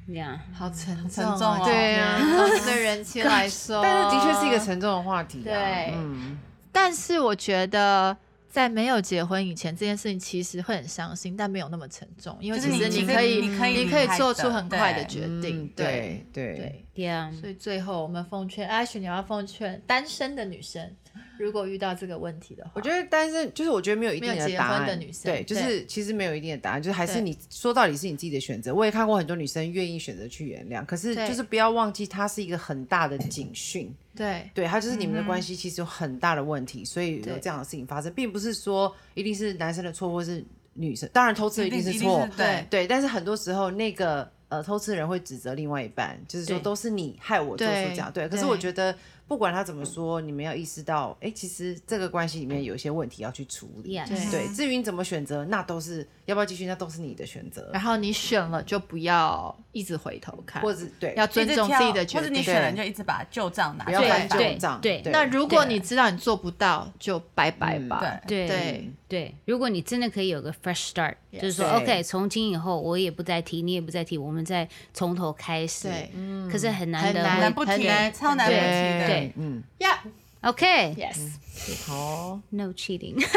[SPEAKER 1] ，Yeah.
[SPEAKER 3] 好沉
[SPEAKER 4] 沉
[SPEAKER 3] 重
[SPEAKER 4] 重哦
[SPEAKER 3] 对
[SPEAKER 4] 对
[SPEAKER 3] 啊
[SPEAKER 2] 啊，
[SPEAKER 3] 对人妻来说，
[SPEAKER 2] 但是的确是一个沉重的话题、啊。
[SPEAKER 3] 对
[SPEAKER 2] 嗯，
[SPEAKER 3] 但是我觉得在没有结婚以前，这件事情其实会很伤心，但没有那么沉重，因为
[SPEAKER 4] 就
[SPEAKER 3] 其
[SPEAKER 4] 是
[SPEAKER 3] 实
[SPEAKER 4] 你其实
[SPEAKER 3] 可以，
[SPEAKER 4] 你可以
[SPEAKER 3] 你
[SPEAKER 4] 离
[SPEAKER 3] 可以
[SPEAKER 4] 开
[SPEAKER 3] 做
[SPEAKER 4] 的
[SPEAKER 3] 出很快的
[SPEAKER 4] 对
[SPEAKER 3] 决定。
[SPEAKER 2] 嗯对对
[SPEAKER 3] 对，
[SPEAKER 1] Yeah，
[SPEAKER 3] 所以最后我们奉劝阿雪，你要奉劝单身的女生，如果遇到这个问题的话，
[SPEAKER 2] 我觉得单身就是我觉得没有一定
[SPEAKER 3] 没有结
[SPEAKER 2] 答
[SPEAKER 3] 婚
[SPEAKER 2] 案
[SPEAKER 3] 的女生
[SPEAKER 2] 对，就
[SPEAKER 3] 对
[SPEAKER 2] 是其实没有一定的答案，就是还是
[SPEAKER 3] 对
[SPEAKER 2] 你说到底是你自己的选择。我也看过很多女生愿意选择去原谅，可是
[SPEAKER 3] 对
[SPEAKER 2] 就是不要忘记，它是一个很大的警讯。
[SPEAKER 3] 对
[SPEAKER 2] 对，它就是你们的关系其实有很大的问题，所以有
[SPEAKER 3] 对
[SPEAKER 2] 这样的事情发生，并不是说一定是男生的错或是女生，当然偷吃的一定是错，
[SPEAKER 4] 对
[SPEAKER 2] 对，但是很多时候那个呃偷吃的人会指责另外一半，就是说
[SPEAKER 1] 对
[SPEAKER 2] 都是你害我做出
[SPEAKER 3] 对
[SPEAKER 2] 这样，对。可是
[SPEAKER 3] 对
[SPEAKER 2] 我觉得不管他怎么说，你们要意识到，哎、其实这个关系里面有一些问题要去处理。
[SPEAKER 1] Yes
[SPEAKER 3] 对
[SPEAKER 2] 对，至于你怎么选择，那都是要不要继续，那都是你的选择，
[SPEAKER 3] 然后你选了就不要一直回头看，
[SPEAKER 2] 或者对，
[SPEAKER 3] 要尊重自己的决
[SPEAKER 4] 或者你
[SPEAKER 3] 定。
[SPEAKER 4] 选人就一直把旧账拿
[SPEAKER 2] 不
[SPEAKER 4] 出
[SPEAKER 2] 要
[SPEAKER 1] 对
[SPEAKER 4] 来
[SPEAKER 2] 翻
[SPEAKER 1] 翻
[SPEAKER 2] 旧
[SPEAKER 1] 对
[SPEAKER 2] 账。
[SPEAKER 1] 对
[SPEAKER 2] 对，
[SPEAKER 3] 那如果
[SPEAKER 1] 对嗯
[SPEAKER 3] 你知道你做不到，就拜拜吧。
[SPEAKER 1] 对
[SPEAKER 4] 对
[SPEAKER 3] 对
[SPEAKER 1] 对，如果你真的可以有个 fresh start，
[SPEAKER 3] Yes
[SPEAKER 1] 就是说
[SPEAKER 2] 对
[SPEAKER 1] OK，从今以后我也不再提，你也不再提，我们再从头开始。
[SPEAKER 3] 对，
[SPEAKER 1] 可是很难
[SPEAKER 3] 很
[SPEAKER 1] 得
[SPEAKER 4] 很
[SPEAKER 1] 会。
[SPEAKER 4] 难不提，超难不
[SPEAKER 1] 对
[SPEAKER 4] 提的。
[SPEAKER 1] 对
[SPEAKER 2] 嗯，
[SPEAKER 3] 呀
[SPEAKER 1] Okay.
[SPEAKER 3] ，yes，
[SPEAKER 2] 好哦，
[SPEAKER 1] No cheating. (laughs)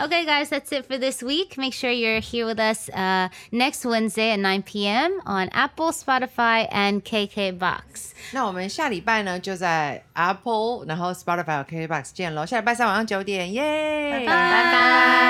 [SPEAKER 1] okay, guys, that's it for this week. Make sure you're here with us uh, next Wednesday at 9 p.m. on Apple, Spotify, and KKBox.
[SPEAKER 2] 那我们下礼拜呢就在 Apple，然后 Spotify 和 KKBox 见喽。下礼拜三晚上九点，耶，
[SPEAKER 4] 拜拜
[SPEAKER 1] 拜拜。